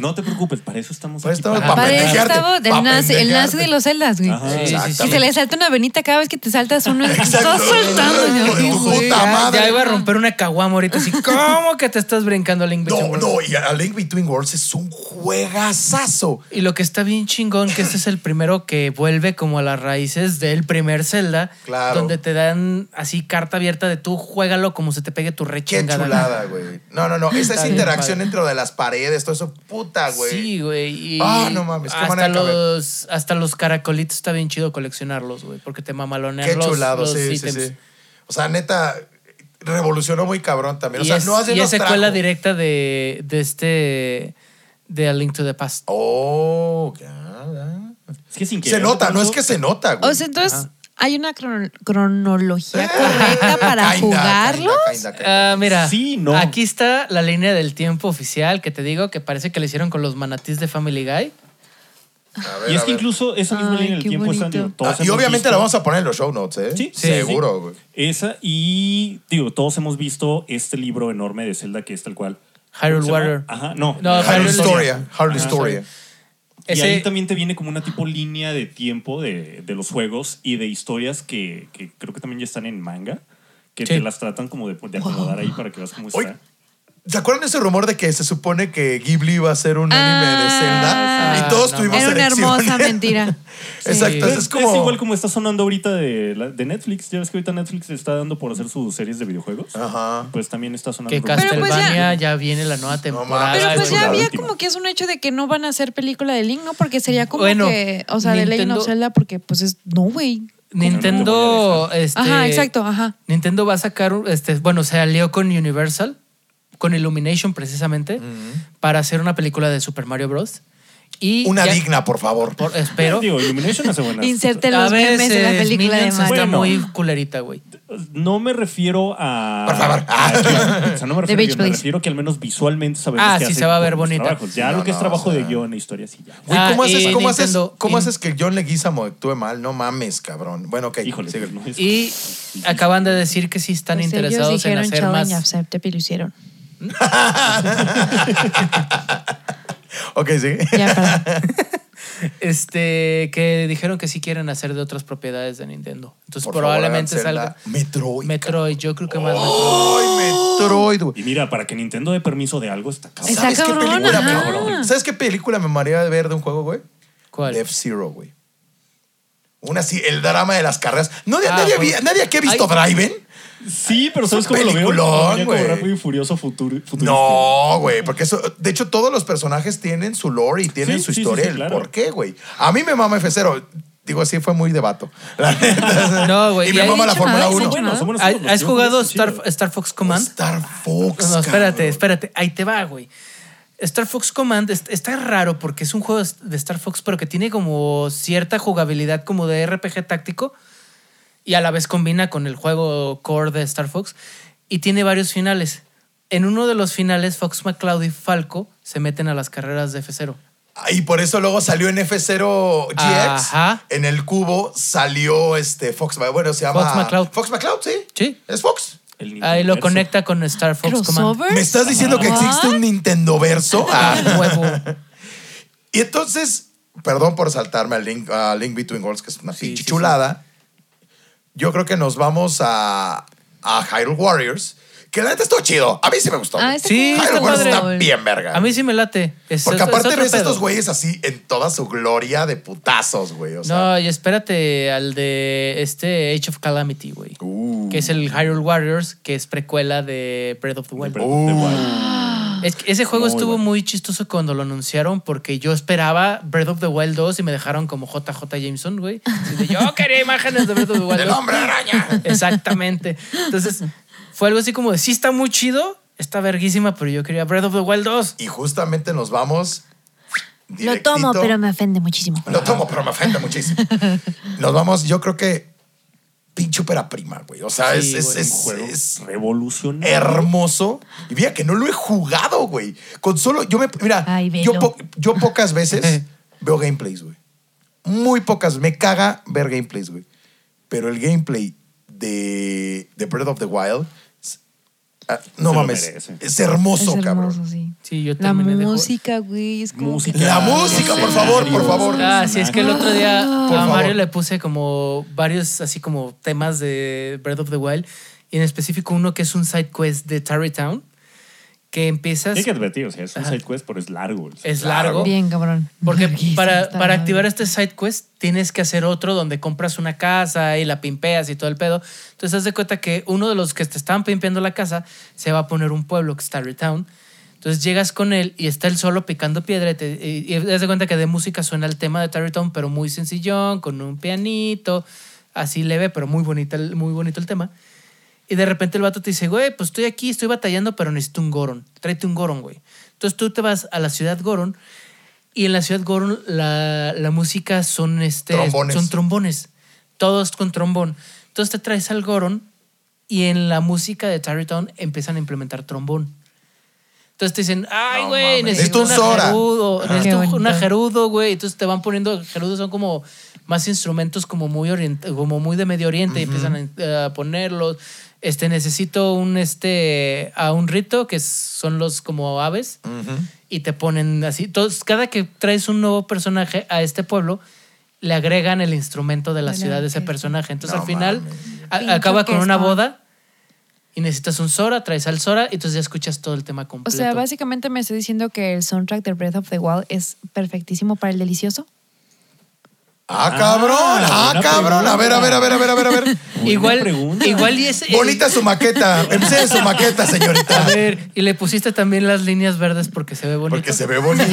No te preocupes, para eso estamos
Para
aquí.
estamos
para-
pa'
Para eso
pendejarte,
estaba del
pa'
nazi, el nazi
pendejarte.
de los celdas, güey.
Ajá.
Sí, sí, sí.
Y se le salta una venita cada vez que te saltas uno. Estás
Exacto.
soltando,
Hijo de
ya.
tu
Sí,
puta
ya,
madre.
ya iba a romper una caguama ahorita. Así, ¿cómo que te estás brincando a Link Between
No,
Worlds?
no, y a Link Between Worlds es un juegazazo.
Y lo que está bien chingón, que este es el primero que vuelve como a las raíces del primer Zelda.
Claro.
Donde te dan así carta abierta de tú juégalo como se te pegue tu
Qué
rechingada.
chulada, güey. No, no, no. Esa es
Está bien
interacción
padre.
dentro de las paredes, todo eso, puta, güey.
Sí, güey. y
Ah, no mames, qué
hasta
manera de caber.
los, hasta los caracolitos está bien chido coleccionarlos, güey, porque te mamalonean
Qué
los,
chulado,
los
sí, sí,
ítems.
sí. O sea, neta, revolucionó muy cabrón también. O
y
sea,
es,
no hace
y es
nos
secuela
trajo.
directa de, de este. de A Link to the Past.
Oh, ya, ya.
Es que sin querer,
Se nota, no es que
se...
se nota, güey.
O sea, entonces,
Ah.
Ajá.
¿hay una crono- cronología
Eh,
correcta para
kinda,
jugarlo?
kinda, kinda, kinda.
Ah, mira,
Sí, no.
aquí está la línea del tiempo oficial que te digo que parece que le hicieron con los manatís de Family Guy.
A ver,
Y es
a
que
ver.
incluso esa misma
Ay,
línea en el
qué
tiempo están,
bonito.
digo,
Ah,
todos
y
hemos
obviamente
visto-
la vamos a poner en los show notes, ¿eh?
Sí, sí,
Seguro, güey.
Esa y, digo, todos hemos visto este libro enorme de Zelda que es tal cual.
Hyrule
¿Se llama?
Warrior.
Ajá, no.
No, Hyrule
Hard
Hyrule
Storia. Hard
Ah,
Ajá.
Storia.
Y
Ese-
ahí también te viene como una tipo línea de tiempo de, de los juegos y de historias que, que creo que también ya están en manga, que
Sí.
te las tratan como de, de acomodar ahí para que veas cómo está.
Oye, ¿Se acuerdan de ese rumor de que se supone que Ghibli iba a ser un anime de
Ah,
Zelda? Y todos
no
tuvimos
mames.
Era una hermosa
erecciones.
mentira. Sí.
Exacto, es como...
igual como está sonando ahorita de, la- de Netflix. Ya ves que ahorita Netflix está dando por hacer sus series de videojuegos.
Ah. Ajá.
Pues también está sonando.
Que
por-
Castlevania-
pues,
Castlevania ya viene la nueva temporada.
mames.
pues Pero pues ya
la
había
última.
como que es un hecho de que no van a hacer película de Link, ¿no? Porque sería como
Bueno,
que, o sea, de Legend
Nintendo-
of Zelda, porque pues es, no, güey.
Nintendo, este,
Ajá, exacto, ajá.
Nintendo va a sacar, este, bueno, se alió con Universal, con Illumination precisamente, para hacer una película de Super Mario Bros. Y
Una
ya-
digna, por favor.
por- espero.
Digo, Illumination hace buenas.
Inserte
A
los memes de la
veces
película de
Minions
Mario.
está
Bueno.
muy culerita, güey.
No me refiero a.
Por favor. Ah.
a- o sea, no me
The Beach
refiero, a guión, me
Boys.
refiero que al menos visualmente sabemos
Ah,
qué
sí,
hacen
se va a
con
ver
los
bonita.
trabajos. Ya
No,
lo que es
no,
trabajo
o sea.
de guión e historias y ya.
Güey,
Ah,
¿cómo,
y
haces, cómo, haces,
Nintendo-
¿cómo
y-
haces que John Leguizamo actúe mal? No mames, cabrón. Bueno, ok.
Híjole,
sigue.
no es-
Y acaban de decir que sí están
Pues
interesados en hacer
chao,
más.
y Yapseptepi", y lo hicieron.
Ok, sigue.
Ya, pues, perdón.
Este, que dijeron que sí quieren hacer de otras propiedades de Nintendo. Entonces
Por favor,
probablemente
háganse
salga
la Oh, Metroid.
Metroid. Yo creo que más
¡Ay, Metroid, güey!
Y mira, para que Nintendo dé permiso de algo está cabrón.
Está
¿Sabes qué
cabrón,
película,
ajá.
cabrón? ¿Sabes qué película me marea de ver de un juego, güey?
Metroid. ¿Cuál?
F Zero, güey. Una así, el drama de las carreras. ¿No,
Ah,
nadie,
güey.
vi- nadie aquí ha visto Driven?
Sí, pero ¿sabes
Es un
cómo lo veo?
peliculón,
Lo vería
güey.
como rápido y furioso futuro.
No, güey, porque eso. De hecho, todos los personajes tienen su lore y tienen
Sí,
su
sí, sí,
historia.
sí,
el
claro.
¿Por qué, güey? A mí me mama F0. Digo, sí, fue muy de vato. La neta.
No, güey,
Y
ya
me
he
mama la
dicho
Fórmula
nada,
Son
1.
sí,
buenos, son buenos
¿Ha-
juegos,
¿Has
sí,
jugado
están
Star,
chidos.
Star Fox Command?
Star Fox.
No, espérate,
cabrón.
espérate. Ahí te va, güey. Star Fox Command es- está raro porque es un juego de Star Fox, pero que tiene como cierta jugabilidad como de RPG táctico y a la vez combina con el juego core de Star Fox y tiene varios finales. En uno de los finales, Fox McCloud y Falco se meten a las carreras de F0.
Ah, Y por eso luego salió en F0 GX.
Ajá.
En el cubo salió este Fox. Bueno, se llama.
Fox McCloud.
Fox McCloud, sí.
Sí.
Es Fox.
El
Ahí lo
Nintendoverso.
conecta con Star Fox Command.
¿Crossover? Ah.
¿Me estás diciendo que
What?
existe un Nintendo verso?
Ah, huevo.
Y entonces, perdón por saltarme al Link, a Link Between Worlds, que es una
Sí,
pinche
sí,
chulada. Yo creo que nos vamos a, a Hyrule Warriors, que la neta estuvo chido. A mí sí me gustó.
Ah, ese
Sí,
juego
está
Hyrule Warriors
padre.
está bien verga.
A mí sí me late. Es-
Porque
es- es
aparte
otro
ves a estos
pedo.
güeyes así en toda su gloria de putazos, güey. O sea,
No, y espérate al de este Age of Calamity, güey.
Uh.
Que es el Hyrule Warriors, que es precuela de Breath of the Wild.
Breath of the Wild.
Ah,
Es que ese juego
Muy
estuvo
bueno.
muy chistoso cuando lo anunciaron porque yo esperaba Breath of the Wild 2 y me dejaron como JJ Jameson, güey. Así de, Yo quería imágenes de Breath of the Wild
¡El
2.
hombre araña!
Exactamente. Entonces, fue algo así como de, sí está muy chido, está verguísima, pero yo quería Breath of the Wild 2.
Y justamente nos vamos.
Lo tomo,
directito.
pero me ofende muchísimo.
Lo tomo, pero me ofende muchísimo. Nos vamos, yo creo que pinche ópera prima, güey. O sea,
Sí,
es,
güey,
es,
Un
es,
este juego
es
revolucionario.
hermoso. Y mira que no lo he jugado, güey. Con solo, yo me, mira,
Ay, velo.
yo, po- yo pocas veces veo gameplays, güey. Muy pocas. Me caga ver gameplays, güey. Pero el gameplay de, de Breath of the Wild, es- ah, no
Se lo
mames,
merece.
es hermoso,
es hermoso,
cabrón.
sí.
Sí, yo
La
terminé de jugar.
música, güey. Es como
Música.
que-
La música, por favor, por favor.
Ah, sí, es que el otro día
Por
a
favor.
Mario le puse como varios así como temas de Breath of the Wild y en específico uno que es un side quest de Tarrytown que empiezas
Tiene que advertir, o sea, es un
Ajá.
side quest, pero es largo. O sea,
Ah. es largo
Bien, cabrón.
porque
Larguísimo
para,
está,
para
la
activar
verdad.
este side quest tienes que hacer otro donde compras una casa y la pimpeas y todo el pedo. Entonces haz de cuenta que uno de los que te estaban pimpeando la casa se va a poner un pueblo que es Tarrytown. Entonces llegas con él y está él solo picando piedra y, te- y- y haz de cuenta que de música suena el tema de Tarrytown, pero muy sencillón, con un pianito, así leve, pero muy bonito, el- muy bonito el tema. Y de repente el vato te dice, güey, pues estoy aquí, estoy batallando, pero necesito un Goron. Tráete un Goron, güey. Entonces tú te vas a la ciudad Goron y en la ciudad Goron la, la música son, este,
Trombones.
son trombones. Todos con trombón. Entonces te traes al Goron y en la música de Tarrytown empiezan a implementar trombón. Entonces te dicen, ay,
No
güey,
mames.
necesito un
Necesito un Zora.
gerudo,
Ajá.
necesito
Qué
un- una
bonito.
gerudo, güey. Entonces te van poniendo, gerudos son como más instrumentos como muy, orient- como muy de Medio Oriente y empiezan eh, a, a ponerlos. Este, necesito un, este, a un rito, que son los como aves, y te ponen así. Entonces, cada que traes un nuevo personaje a este pueblo, le agregan el instrumento de la
De la
ciudad de ese
orquesta.
personaje. Entonces,
No
al final,
mames.
a-
Pinche
acaba con una
orquesta.
boda y necesitas un Zora, traes al Zora, y entonces ya escuchas todo el tema
O
este completo.
sea, básicamente me estoy diciendo que el soundtrack de Breath of the Wild es perfectísimo para el delicioso.
Ah,
Ah,
cabrón, ah,
buena
cabrón. A ver, a ver, a ver, a ver, a ver, a ver.
Buena
Igual,
pregunta.
igual y es...
Bonita su maqueta. Empecé su maqueta,
A
señorita.
ver, y le pusiste también las líneas verdes porque se ve bonito.
Porque se ve bonito.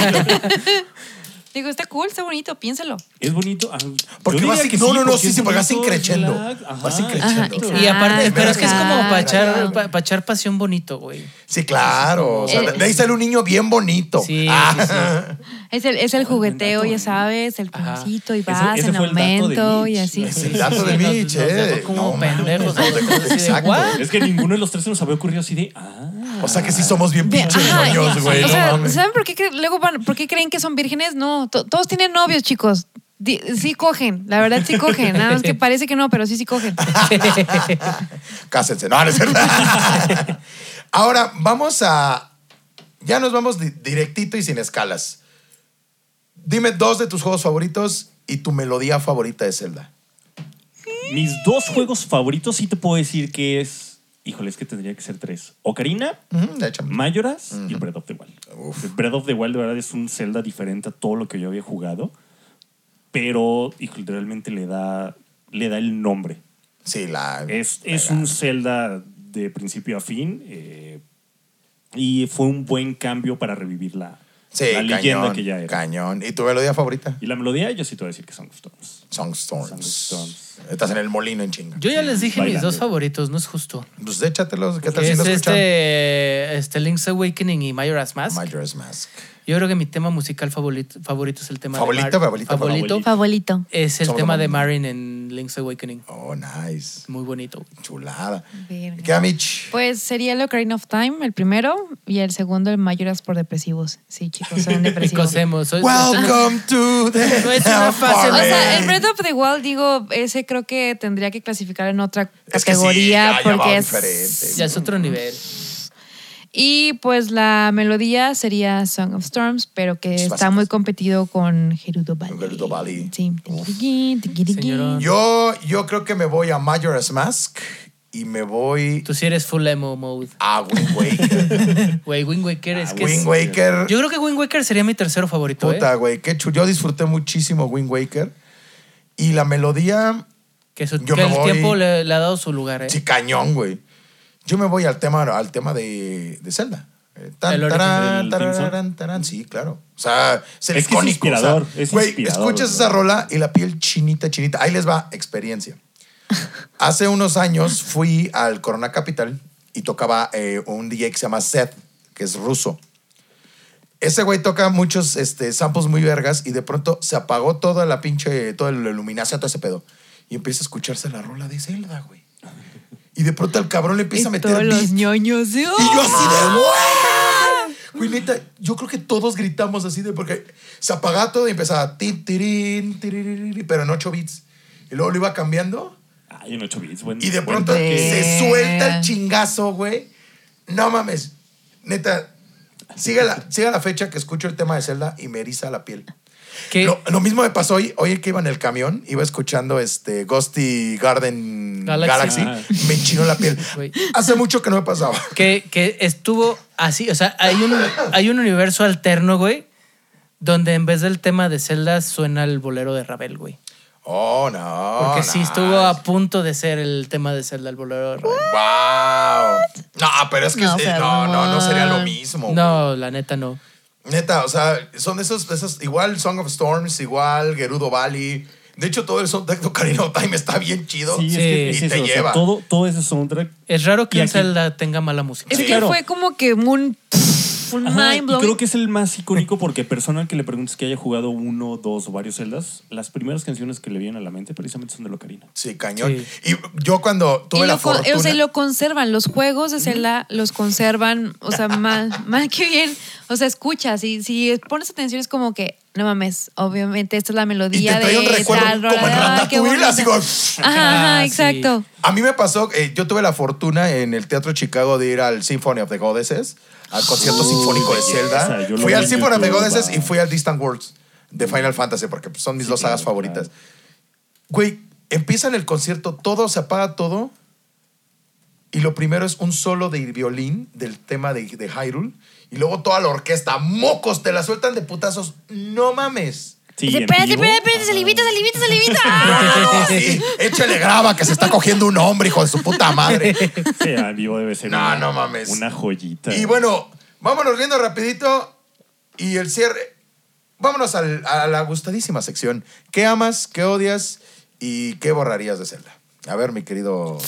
Digo, está cool, está bonito, piénselo.
Es bonito. ah, yo
Porque
diría
vas in-
que
no, no, no,
porque
sí,
es
sí, porque vas
bonito,
increchendo.
relax, ajá,
Vas increchendo.
exacto.
Ajá,
Y aparte,
Ah,
pero es que es como para
claro.
echar, pa- pa' echar pasión bonito, güey.
Sí, claro. O sea,
Eh.
de ahí sale un niño bien bonito.
Sí,
Ah,
sí, sí.
Es el, es el
Ay,
jugueteo,
buen dato,
ya
eh.
sabes, el
Ajá.
pinchito y
Ese-
vas
ese
en
fue el dato de
aumento
Mitch.
y así.
Ese
Sí,
El dato de
nos- nos
Mitch,
dejó
¿eh?
como
mames,
pendejos,
nos
¿no?
dejó-
Así de,
exacto.
¿what?
Es que ninguno de los tres se nos había ocurrido así de. Ah.
O sea que sí somos bien
Ve-
pinches
ajá,
ñoños, güey. no
O sea,
mames.
¿saben por qué, cre- luego van- por qué creen que son vírgenes? No, to- todos tienen novios, chicos. Di- sí cogen, la verdad sí cogen. Nada más que parece que no, pero sí, sí cogen.
Cásense. No, no es verdad. Ahora vamos a. Ya nos vamos di- directito y sin escalas. Dime dos de tus juegos favoritos y tu melodía favorita de Zelda.
Mis dos juegos favoritos sí te puedo decir que es. Híjole, es que tendría que ser tres. Ocarina,
Ujú, de hecho.
Mayoras y Breath of the Wild.
Uf.
Breath of the Wild, de verdad, es un Zelda diferente a todo lo que yo había jugado. Pero, híjole, realmente le da, le da el nombre.
Sí, la.
Es, es un Zelda de principio a fin. eh, y fue un buen cambio para revivir la,
Sí,
la
cañón,
leyenda que ya era.
Cañón. ¿Y tu melodía favorita?
Y la melodía, yo sí te voy a decir que son Stones.
Songstorms.
Songstorms.
Estás en el molino en chinga.
Yo ya les dije mis
Bailando.
dos favoritos, no es justo.
Pues échatelos. ¿Qué tal
Que
si
es
lo escuchan?
este, este Link's Awakening y Majora's Mask.
Majora's Mask.
Yo creo que mi tema musical favorito, favorito es el tema
Favorito,
de Mar-
favorito,
favorito.
Favorito.
es el
Sobre
tema de
mamá.
Marin en Link's Awakening.
Oh, nice.
Muy bonito.
Chulada.
Verga.
¿Qué, Mitch?
Pues sería el Ocarina of Time, el primero, y el segundo, el Mayoras por depresivos. Sí, chicos, son depresivos.
Cosemos. soy-
Welcome to the.
pues, No es una fase,
O
Vale.
sea, el Breath of the Wild, digo, ese creo que tendría que clasificar en otra
Es que sí,
categoría
ya- ya va
porque es-
diferente.
Ya es otro nivel.
Y pues la melodía sería Song of Storms, pero que
Es
está
básica.
muy competido con Gerudo Valley.
Gerudo Valley.
Sí.
Uf.
Tiquiriquín, tiquiriquín.
Señorón.
Yo, yo creo que me voy a Majora's Mask y me voy
Tú sí eres full emo mode.
a Wind Waker.
Güey, Wind Waker es
Ah,
que es-
Wind Waker.
Yo creo que Wind Waker sería mi tercero favorito, ¿eh?
Puta, güey. Qué chulo. Yo disfruté muchísimo Wind Waker. Y la melodía,
Que, su-
Yo
que
me
el
voy-
tiempo le, le ha dado su lugar, ¿eh?
sí, cañón, güey. Yo me voy al tema, al tema de, de Zelda. Eh, tan,
El origen
tarán,
del
tarán,
Team Song.
tarán, tarán. Sí, claro. O sea, es el
Es que
icónico.
es
o sea,
inspirador, es
güey,
inspirador,
escuchas
güey.
esa rola y la piel chinita, chinita. Ahí les va, experiencia. Hace unos años fui al Corona Capital y tocaba eh, un DJ que se llama Seth, que es ruso. Ese güey toca muchos este, samples muy vergas y de pronto se apagó toda la pinche, toda la iluminación, todo ese pedo. Y empieza a escucharse la rola de Zelda, güey. Y de pronto al cabrón le empieza a
Y
meter
todos los
beats.
ñoños. ¡oh! sí.
Y yo así de güey. Güey, neta, yo creo que todos gritamos así de porque se apagaba todo y empezaba tin, tirín, tiririri, pero en 8 bits. Y luego lo iba cambiando
Ay, en 8 bits. Buen,
y de
buen
Pues
pronto
toque.
se suelta el chingazo, güey. No mames. Neta, siga la, siga la fecha que escucho el tema de Zelda y me eriza la piel.
Que
Lo, lo mismo me pasó hoy, hoy que iba en el camión, iba escuchando este Ghosty Garden Galaxy,
Galaxy.
me chinó la piel.
Güey.
Hace mucho que no me pasaba.
que, que estuvo así, o sea, hay un, hay un universo alterno, güey, donde en vez del tema de Zelda suena el bolero de Ravel, güey.
Oh, no.
Porque sí
no.
estuvo a punto de ser el tema de Zelda, el bolero de Ravel.
Wow. No, pero es que eh,
No,
no, no, no,
perdón.
sería lo mismo.
No, la neta no.
Neta, o sea, son de esos, de esos- igual Song of Storms, igual Gerudo Valley. De hecho, todo el soundtrack de Ocarina of Time está bien chido.
Sí, es
Sí.
que es
Y te
eso, o sea,
lleva.
todo, todo ese soundtrack.
Es raro que
Y
un
aquí-
Zelda tenga mala música.
Es
Sí,
que
claro.
fue como que un, un
Ajá, y
mind blowing.
creo que es el más icónico porque persona que le preguntes que haya jugado uno, dos o varios celdas, las primeras canciones que le vienen a la mente precisamente son de Locarina.
Sí, cañón.
Sí.
Y yo cuando tuve
y
la
lo, con-
fortuna...
o sea, y lo conservan, los juegos de Zelda los conservan, o sea, más, más que bien, o sea, escuchas y si pones atención es como que, no mames, obviamente esta es la
y te
melodía
trae
de
un recuerdo
tal,
como en
ah, qué
Ratatouille,
bonita.
así como...
Ajá, ajá,
Ah, sí.
exacto.
A mí me pasó, eh, yo tuve la fortuna en el Teatro Chicago de ir al Symphony of the Goddesses, al concierto sinfónico de
belleza,
Zelda.
yo lo
Fui
vi
al
en
Symphony of the
YouTube,
Goddesses
va.
y fui al Distant Worlds de Final Fantasy, porque pues, son mis dos sagas
claro,
favoritas. Güey, empiezan el concierto, todo se apaga todo. Y lo primero es un solo de violín del tema de, de Hyrule. Y luego toda la orquesta, mocos, te la sueltan de putazos. No mames.
Sí,
Dice,
en
espérate,
vivo,
espérate, espérate,
ajá.
salivita, salivita, salivita. Ah.
Sí, échale graba que se está cogiendo un hombre, hijo de su puta madre.
Sí, en vivo debe ser
No,
una,
no mames.
una joyita.
Y bueno, vámonos riendo rapidito y el cierre. Vámonos al- a la gustadísima sección. ¿Qué amas, qué odias y qué borrarías de Zelda? A ver, mi querido...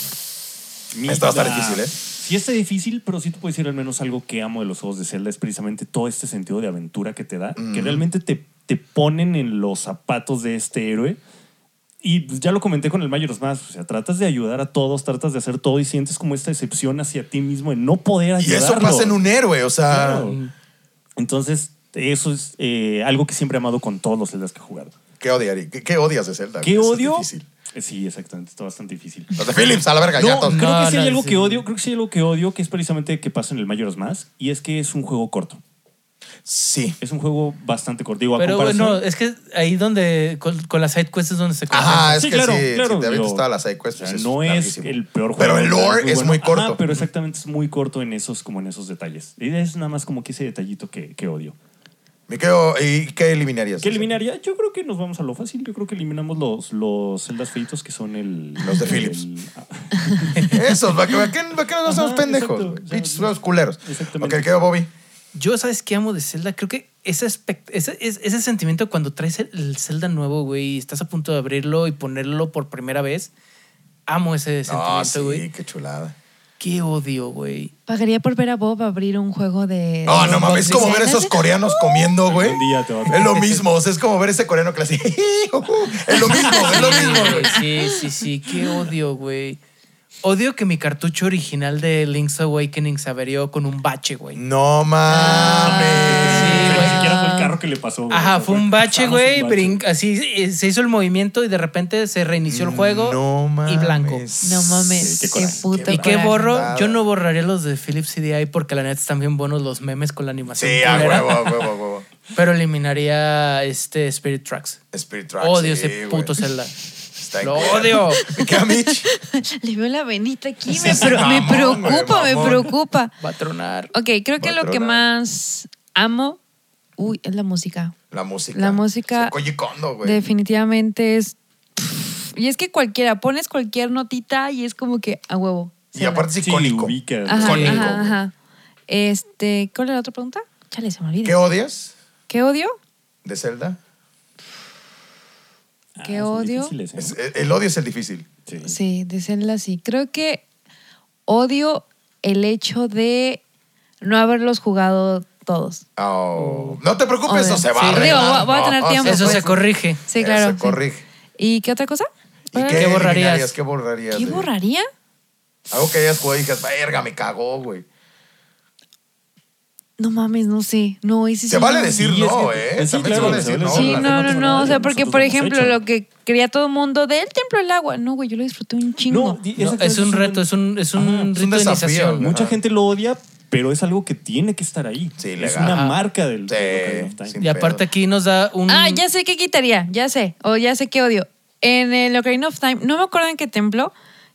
Mi-
Esto va a estar
la-
difícil, ¿eh?
Sí está difícil, pero sí te puedo decir al menos algo que amo de los juegos de Zelda es precisamente todo este sentido de aventura que te da, que realmente te, te ponen en los zapatos de este héroe. Y pues, ya lo comenté con el Mayor's Mask, o sea, tratas de ayudar a todos, tratas de hacer todo y sientes como esta decepción hacia ti mismo en no poder
Y
ayudarlo.
eso pasa en un héroe, o sea.
Claro. Entonces, eso es eh, algo que siempre he amado con todos los Zeldas que he jugado.
¿Qué, odiaría- qué, qué odias de Zelda?
¿Qué
güey? Eso es
odio?
difícil.
Eh, Sí, exactamente, está bastante difícil.
Los de Philips, a la verga, ya
No,
todos.
creo
No,
que sí hay
no,
algo
sí.
que odio, creo que sí hay algo que odio, que es precisamente que pasa en el Majora's Mask, y es que es un juego corto.
Sí.
Es un juego bastante corto. Digo, a
Pero
comparación-
bueno, es que ahí donde con, con las side quests es donde se
Ajá,
compensa.
Ah, es
Sí,
que
claro,
sí,
claro,
si te avientas
digo,
todas las side quests,
o sea,
pues
no es
larguísimo.
el peor juego.
Pero el
del
lore
mundo,
es muy
bueno.
corto.
Ajá, pero exactamente es muy corto en esos, como en esos detalles. Y es nada más como que ese detallito que, que odio.
Me quedo, ¿Y qué eliminarías?
¿Qué eliminaría? Yo creo que nos vamos a lo fácil. Yo creo que eliminamos los, los celdas feitos que son el.
Los de
el-
Philips.
ah,
Esos, ¿para qué, para qué, para qué no somos
Ajá,
pendejos?
exacto,
güey?
o sea,
Pinches juegos culeros.
exactamente.
Ok, quedo Bobby.
Yo, ¿sabes qué amo de Zelda? Creo que ese, aspect- ese, es- ese sentimiento cuando traes el, el Zelda nuevo, güey, y estás a punto de abrirlo y ponerlo por primera vez. Amo ese
No,
sentimiento,
Ah, sí,
güey.
qué chulada.
Qué odio, güey.
Pagaría por ver a Bob abrir un juego de.
Ah, No, no
de
mames, es como ver a esos coreanos comiendo, güey.
Algún día te va a tocar.
Es lo mismo, o sea, es como ver ese coreano que le hace, Es lo mismo, es lo mismo, güey.
Sí, sí, sí, qué odio, güey. Odio que mi cartucho original de Link's Awakening se averió con un bache, güey.
No
Ah, que
mames.
ni siquiera fue el carro que le pasó. güey.
Ajá,
O sea,
fue un bache,
estábamos en
güey.
un
brin-
bache.
Así eh, se hizo el movimiento y de repente se reinició el juego
Mm, No
y blanco.
mames.
No mames,
Sí, qué
qué,
coraje,
puto
¿Y qué
coraje.
borro?
Nada.
Yo no borraría los de Philips CDI porque la neta están bien buenos los memes con la animación.
Sí, a
culera,
huevo, a huevo, a huevo.
Pero eliminaría este Spirit Tracks.
Spirit Tracks.
odio
sí,
ese
güey.
puto Zelda.
Está
Lo
culero.
odio.
¿Me queda Mitch?
Le veo la venita aquí.
Sí,
me,
sí,
pre- me
mamón,
preocupa,
güey,
me
mamón.
preocupa.
Va a tronar.
Ok, creo que lo que
Patrona.
más amo. Uy, es la música.
La música.
La música-
Es Koji Kondo, güey.
Definitivamente es. Y es que cualquiera, pones cualquier notita y es como que a huevo.
Y
Zelda.
aparte es
Sí,
icónico.
ubicas.
Ajá,
icónico,
ajá,
güey.
ajá. Este, ¿cuál era la otra pregunta? Chale, se me olvida.
¿Qué
¿Qué,
odias
odio?
de Zelda?
Ah,
¿Qué
son
odio?
difíciles, ¿eh?
Es- el odio es el difícil.
Sí.
Sí, de Zelda sí. Creo que odio el hecho de no haberlos jugado todos.
Oh, No te preocupes, eso
Obvio.
se va a
Sí.
arreglar.
Digo, voy- voy a tener
No,
tiempo,
Eso
pues.
se corrige.
Sí,
Eso
claro.
se
sí.
corrige.
¿Y qué otra cosa?
¿Y
¿Cuál
qué,
era?
borrarías?
borrarías? ¿Qué borrarías?
¿Qué
de-
borraría?
Algo que hayas jugado y digas, verga, me cagó, güey.
No mames, no sé. No, ese sí.
Se vale
no.
decir
Sí, es
no, ¿eh?
que- sí,
También se
claro,
vale
se
decir
vale
no.
decir
Sí,
la
no,
neta
no,
no
no. O
se
sea,
vale,
porque,
nosotros
por
lo hemos
ejemplo,
hecho.
lo que creía todo el mundo del templo del agua. No, güey, yo lo disfruté un chingo.
di-
No,
exactamente,
es un reto, es un, es un
Ajá, es un
rito de
desafío,
iniciación.
¿no?
Mucha
Ajá.
gente lo odia, pero es algo que tiene que estar ahí.
Sí,
es
legal.
una
Ajá.
marca del
Sí,
del Ocarina of Time.
sin
Y aparte
pedo.
aquí nos da un...
Ah, ya sé qué quitaría, ya sé, o ya sé qué odio. En el Ocarina of Time, no me acuerdo en qué templo,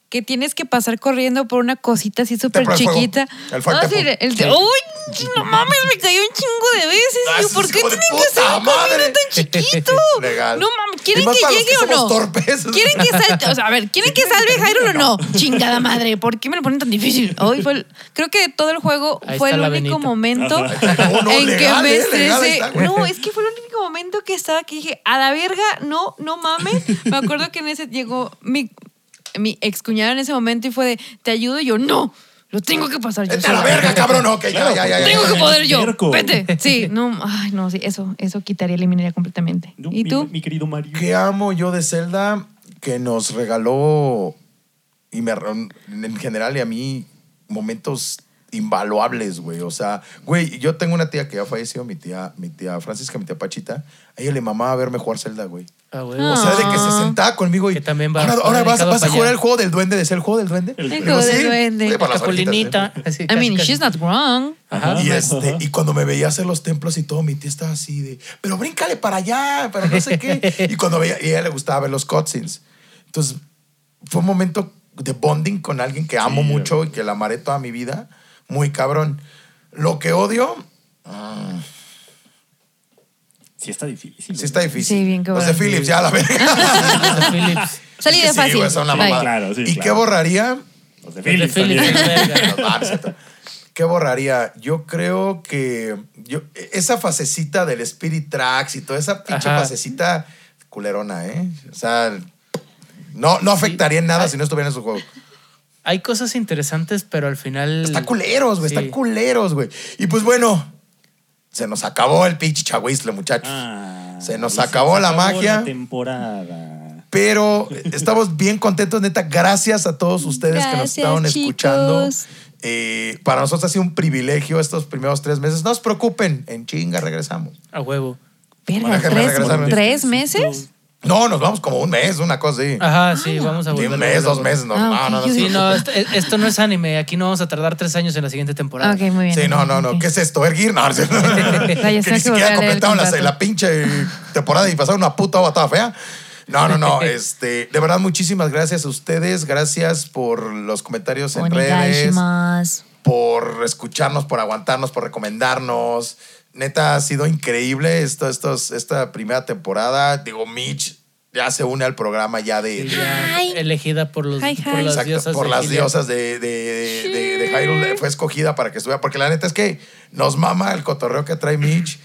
que tienes que pasar corriendo por una cosita así súper
Templo del Fuego.
chiquita.
El Fire
Ah, sí,
Temple.
el- ¡Uy! No mames, me cayó un chingo de veces.
Ah,
Digo,
esos
¿Por qué
hijos de
tienen que
puta
ser un
madre!
camino tan chiquito?
Legal.
No mames,
Y
¿quieren
más
que
para los
llegue o
somos
no?
torpes.
¿Quieren que salte? O sea, a ver, ¿quieren que salve Hyrule o no? Chingada madre, ¿por qué me lo ponen tan difícil? Hoy fue el- creo que de todo el juego
Ahí
fue
está
el
la
único
venita.
momento
No, no,
en
legal,
que me
eh, legal
estresé.
está, güey.
no, es que fue el único momento que estaba que dije, a la verga, no, no mames. Me acuerdo que en ese llegó mi, mi excuñado en ese momento y fue de, te ayudo, y yo, no, lo tengo que pasar yo.
Vete a la
sola".
verga, cabrón. Ok, ya,
Claro,
ya, ya, ya.
Tengo que
Eres
poder yo.
terco.
Vete. Sí, no, ay, no, sí, eso, eso quitaría, eliminaría completamente.
No,
¿Y
mi-
tú?
Mi, querido Mario.
¿Qué amo yo de Zelda que nos regaló y me en general y a mí momentos invaluables, güey? O sea, güey, yo tengo una tía que ya falleció, mi tía, mi tía Francisca, mi tía Pachita, a ella le mamaba verme jugar Zelda, güey.
Ah, güey.
Ah.
O sea, de que se
Ah.
sentaba conmigo y
Que también va-
ahora,
va
ahora vas,
dedicado
vas a
para
jugar
allá.
el juego del duende, ¿decía el juego del duende?
El
Digo,
juego del
"Sí".
duende.
Sí, para las
Capulinita.
orejitas,
Así,
I
casi,
mean,
casi.
she's not wrong.
Ajá.
¿eh? Y,
Ajá,
este,
ajá.
y cuando me veía hacer los templos y todo, mi tía estaba así de, pero bríncale para allá, para no sé qué. Y cuando veía, y a ella le gustaba ver los cutscenes. Entonces, fue un momento de bonding con alguien que amo
Sí,
mucho y que la amaré toda mi vida. Muy cabrón. Lo que odio, mm,
Sí está difícil.
sí
güey.
está difícil.
Sí, bien cabrón.
Los de Philips, ya la verga.
Los Philips.
Salí
Es que
de
sí,
fácil.
güey, son la
Bye.
mamada.
Claro, sí,
¿Y
claro.
qué borraría?
Los
Los de
de
Philips también.
Philips, verga.
No, no es cierto. ¿Qué borraría? Yo creo que yo, esa fasecita del Spirit Tracks y toda esa pinche
Ajá.
fasecita culerona, ¿eh? O sea, no, no afectaría en nada si no estuviera en su juego.
hay cosas interesantes, pero al final.
Está culeros, güey.
Sí.
Está culeros, güey. Y pues bueno, se nos acabó el pinche chagüisle, muchachos.
Ah,
se nos
y se
acabó la
acabó
magia.
La temporada.
Pero estamos bien contentos, neta. Gracias a todos ustedes que nos
Gracias,
estaban
chicos.
escuchando. Eh, para nosotros ha sido un privilegio estos primeros tres meses. No se preocupen, en chinga regresamos.
A huevo.
Verga,
Déjame
¿tres,
regresarme.
tres meses?
No, nos vamos como un mes, una cosa así.
Ajá, sí, vamos a
Sí,
volver.
un mes, dos meses. No,
Ah,
no, no,
ok,
no,
yo
sí,
Sí,
dije-
no, esto, esto no es anime. Aquí no vamos a tardar tres años en la siguiente temporada.
Ok, muy bien.
Sí, no, no, no.
Ok.
¿Qué es esto? ¿Ergir? No, no, sí, no.
Rayos,
que ni
tengo que volver a leer
siquiera
el
completaron la,
contrato.
la pinche temporada y pasaron una puta batalla fea. No, no, no. este, de verdad, muchísimas gracias a ustedes. Gracias por los comentarios en redes,
Onegaishimasu.
por escucharnos, por aguantarnos, por recomendarnos. Neta, ha sido increíble esto, estos, esta primera temporada. Digo, Mitch ya se une al programa ya de-
Sí,
de
ya
Hi.
Elegida por, los,
Hi, hi.
por las
Exacto,
diosas.
por
de
las
Gilead.
diosas de, de, de, de Hyrule fue escogida para que estuviera. Porque la neta es que nos mama el cotorreo que trae Mitch.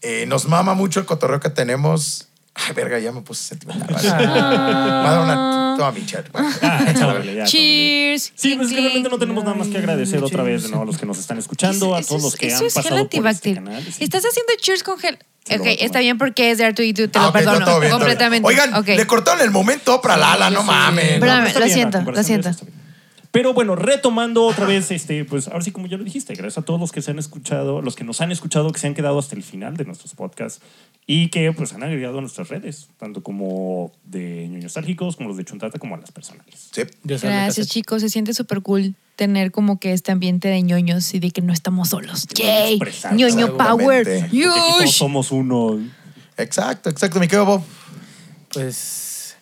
eh, nos mama mucho el cotorreo que tenemos. Ay, verga, ya me puse sentimental. vale. Me va a dar una. Toma mi chat. vale.
Ah, chábale, ya, chábale.
Cheers.
Sí,
Clink,
pues es que realmente
clink.
no tenemos nada más que agradecer otra vez de nuevo a los que nos están escuchando, a
Eso
todos
es-
los que
eso
han
es gel
pasado por este
antibacterial.
canal. Sí.
Estás haciendo cheers con gel.
Se lo
ok,
voy a tomar.
está bien porque es de Artu y tú te
Ah,
lo
ok, está
perdono
todo bien, todo bien.
completamente.
Oigan,
Ok.
le cortaron el momento para Lala, no mames.
Pero- Espérame,
está
lo
bien,
siento,
a
lo
comparación de
siento.
eso está bien. Pero bueno, retomando otra vez, este, pues ahora sí, como ya lo dijiste, gracias a todos los que se han escuchado, los que nos han escuchado, que se han quedado hasta el final de nuestros podcasts y que pues han agregado a nuestras redes, tanto como de ñoños nostálgicos, como los de Chuntata, como a las personales.
Sí.
Diosas de
Gracias,
cassette.
chicos. Se siente súper cool tener como que este ambiente de ñoños y de que no estamos solos. ¡Yay!
expresar,
¡Ñoño Power!
seguramente.
Porque aquí todos
¡Yush!
somos uno.
Exacto, exacto, mi querido Bob.
Pues,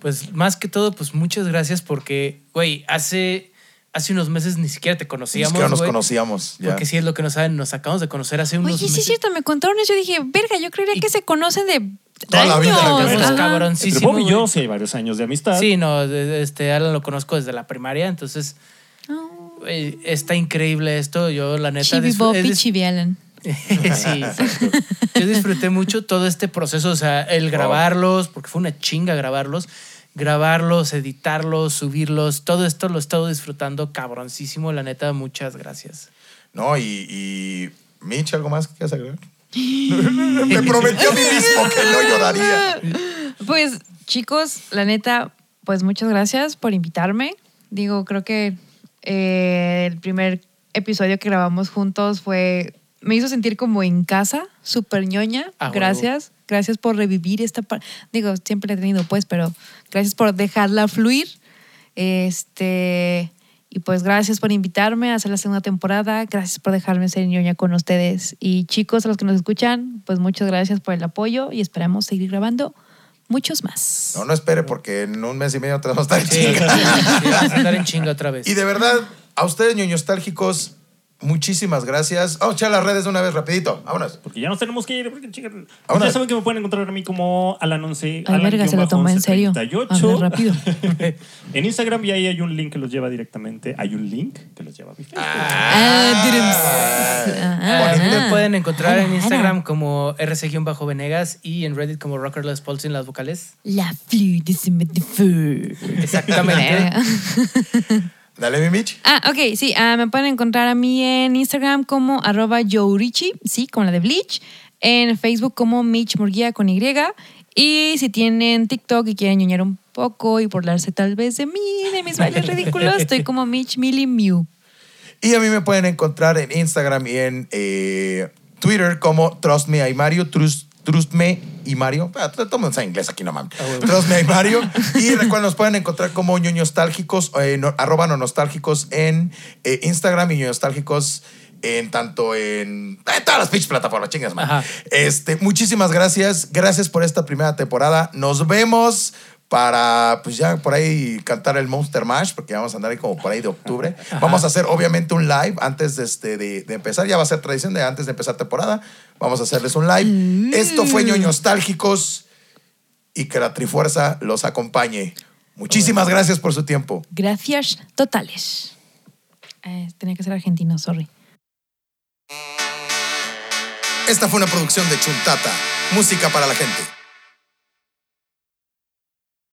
pues más que todo, pues muchas gracias porque, güey, hace, hace unos meses ni siquiera te
Es
conocíamos.
que no nos
güey,
conocíamos. ya.
Porque si es lo que nos saben, nos acabamos de conocer hace unos
Oye, sí
meses.
es cierto, me contaron eso. Yo dije, verga, yo creería que se conocen de
Toda la vida de la
años.
carrera.
Ajá.
Entre
cabroncísimo.
Bob y
güey.
yo sí hay varios años de amistad.
Sí, no, de- de- este Alan lo conozco desde la primaria, entonces
Oh.
güey, está increíble esto. Yo la neta
Chibi
disfr-
Bob
he
y
dis-
Chibi Alan.
sí, exacto. Yo disfruté mucho todo este proceso, o sea, el grabarlos, porque fue una chinga grabarlos, grabarlos, editarlos, subirlos, todo esto lo he estado disfrutando cabroncísimo, la neta, muchas gracias.
No, y, y Mitch, ¿algo más que quieras agregar? Me prometió a mí mismo que no lloraría.
Pues, chicos, la neta, pues muchas gracias por invitarme. Digo, creo que eh, el primer episodio que grabamos juntos fue. Me hizo sentir como en casa, súper ñoña.
Ah, huevo.
gracias. Gracias por revivir esta parte. Digo, siempre la he tenido, pues, pero gracias por dejarla fluir. Este. Y pues gracias por invitarme a hacer la segunda temporada. Gracias por dejarme ser ñoña con ustedes. Y chicos, a los que nos escuchan, pues muchas gracias por el apoyo y esperamos seguir grabando muchos más.
No, no espere, porque en un mes y medio te vamos a estar en
Sí, sí,
chinga.
vamos a andar en chinga otra vez.
Y de verdad, a ustedes, ñoños nostálgicos, muchísimas gracias. Vamos a echar las redes de una vez, rapidito. Vámonos.
Porque ya nos tenemos que ir. Porque, chingan,
Ahora-
ya saben que me pueden encontrar a mí como Alan11.
Ay, verga, se lo tomó en serio. A ver, rápido.
en Instagram y ahí hay un link que los lleva directamente. Hay un link que los lleva a mi Facebook.
Ah, dirums.
Ah,
Ah,
me
ah.
pueden encontrar
Ara,
en
ara.
Instagram como rc-venegas y en Reddit como Rockerless Paul sin las vocales.
La flûte se me de feu.
Exactamente.
Dale, mi Mitch.
Ah, ok, sí, ah, me pueden encontrar a mí en Instagram como arroba yourichi, sí, como la de Bleach, en Facebook como Mitch Murguía con Y, y si tienen TikTok y quieren ñoñar un poco y burlarse tal vez de mí, de mis bailes ridículos, estoy como Mitch Millie Mew.
Y a mí me pueden encontrar en Instagram y en eh, Twitter como Trust Me I Mario, Trust, Trust Me y Mario. Ah, t- Tomen esa inglés aquí, no mames. Trust Me I Mario. Y recuerden, nos pueden encontrar como ñoños nostálgicos, eh, no- arroba no nostálgicos en eh, Instagram y ñoños nostálgicos en tanto en, en todas las pitch plataformas, chingas, man.
Ajá.
Este, muchísimas gracias. Gracias por esta primera temporada. Nos vemos para, pues ya por ahí cantar el Monster Mash, porque ya vamos a andar ahí como por ahí de octubre. Vamos a hacer obviamente un live antes de, este, de, de empezar. Ya va a ser tradición de antes de empezar temporada. Vamos a hacerles un live. Esto fue ñoños nostálgicos y que la Trifuerza los acompañe. Muchísimas gracias por su tiempo.
Gracias totales. Eh, tenía que ser argentino, sorry.
Esta fue una producción de Chuntata, música para la gente.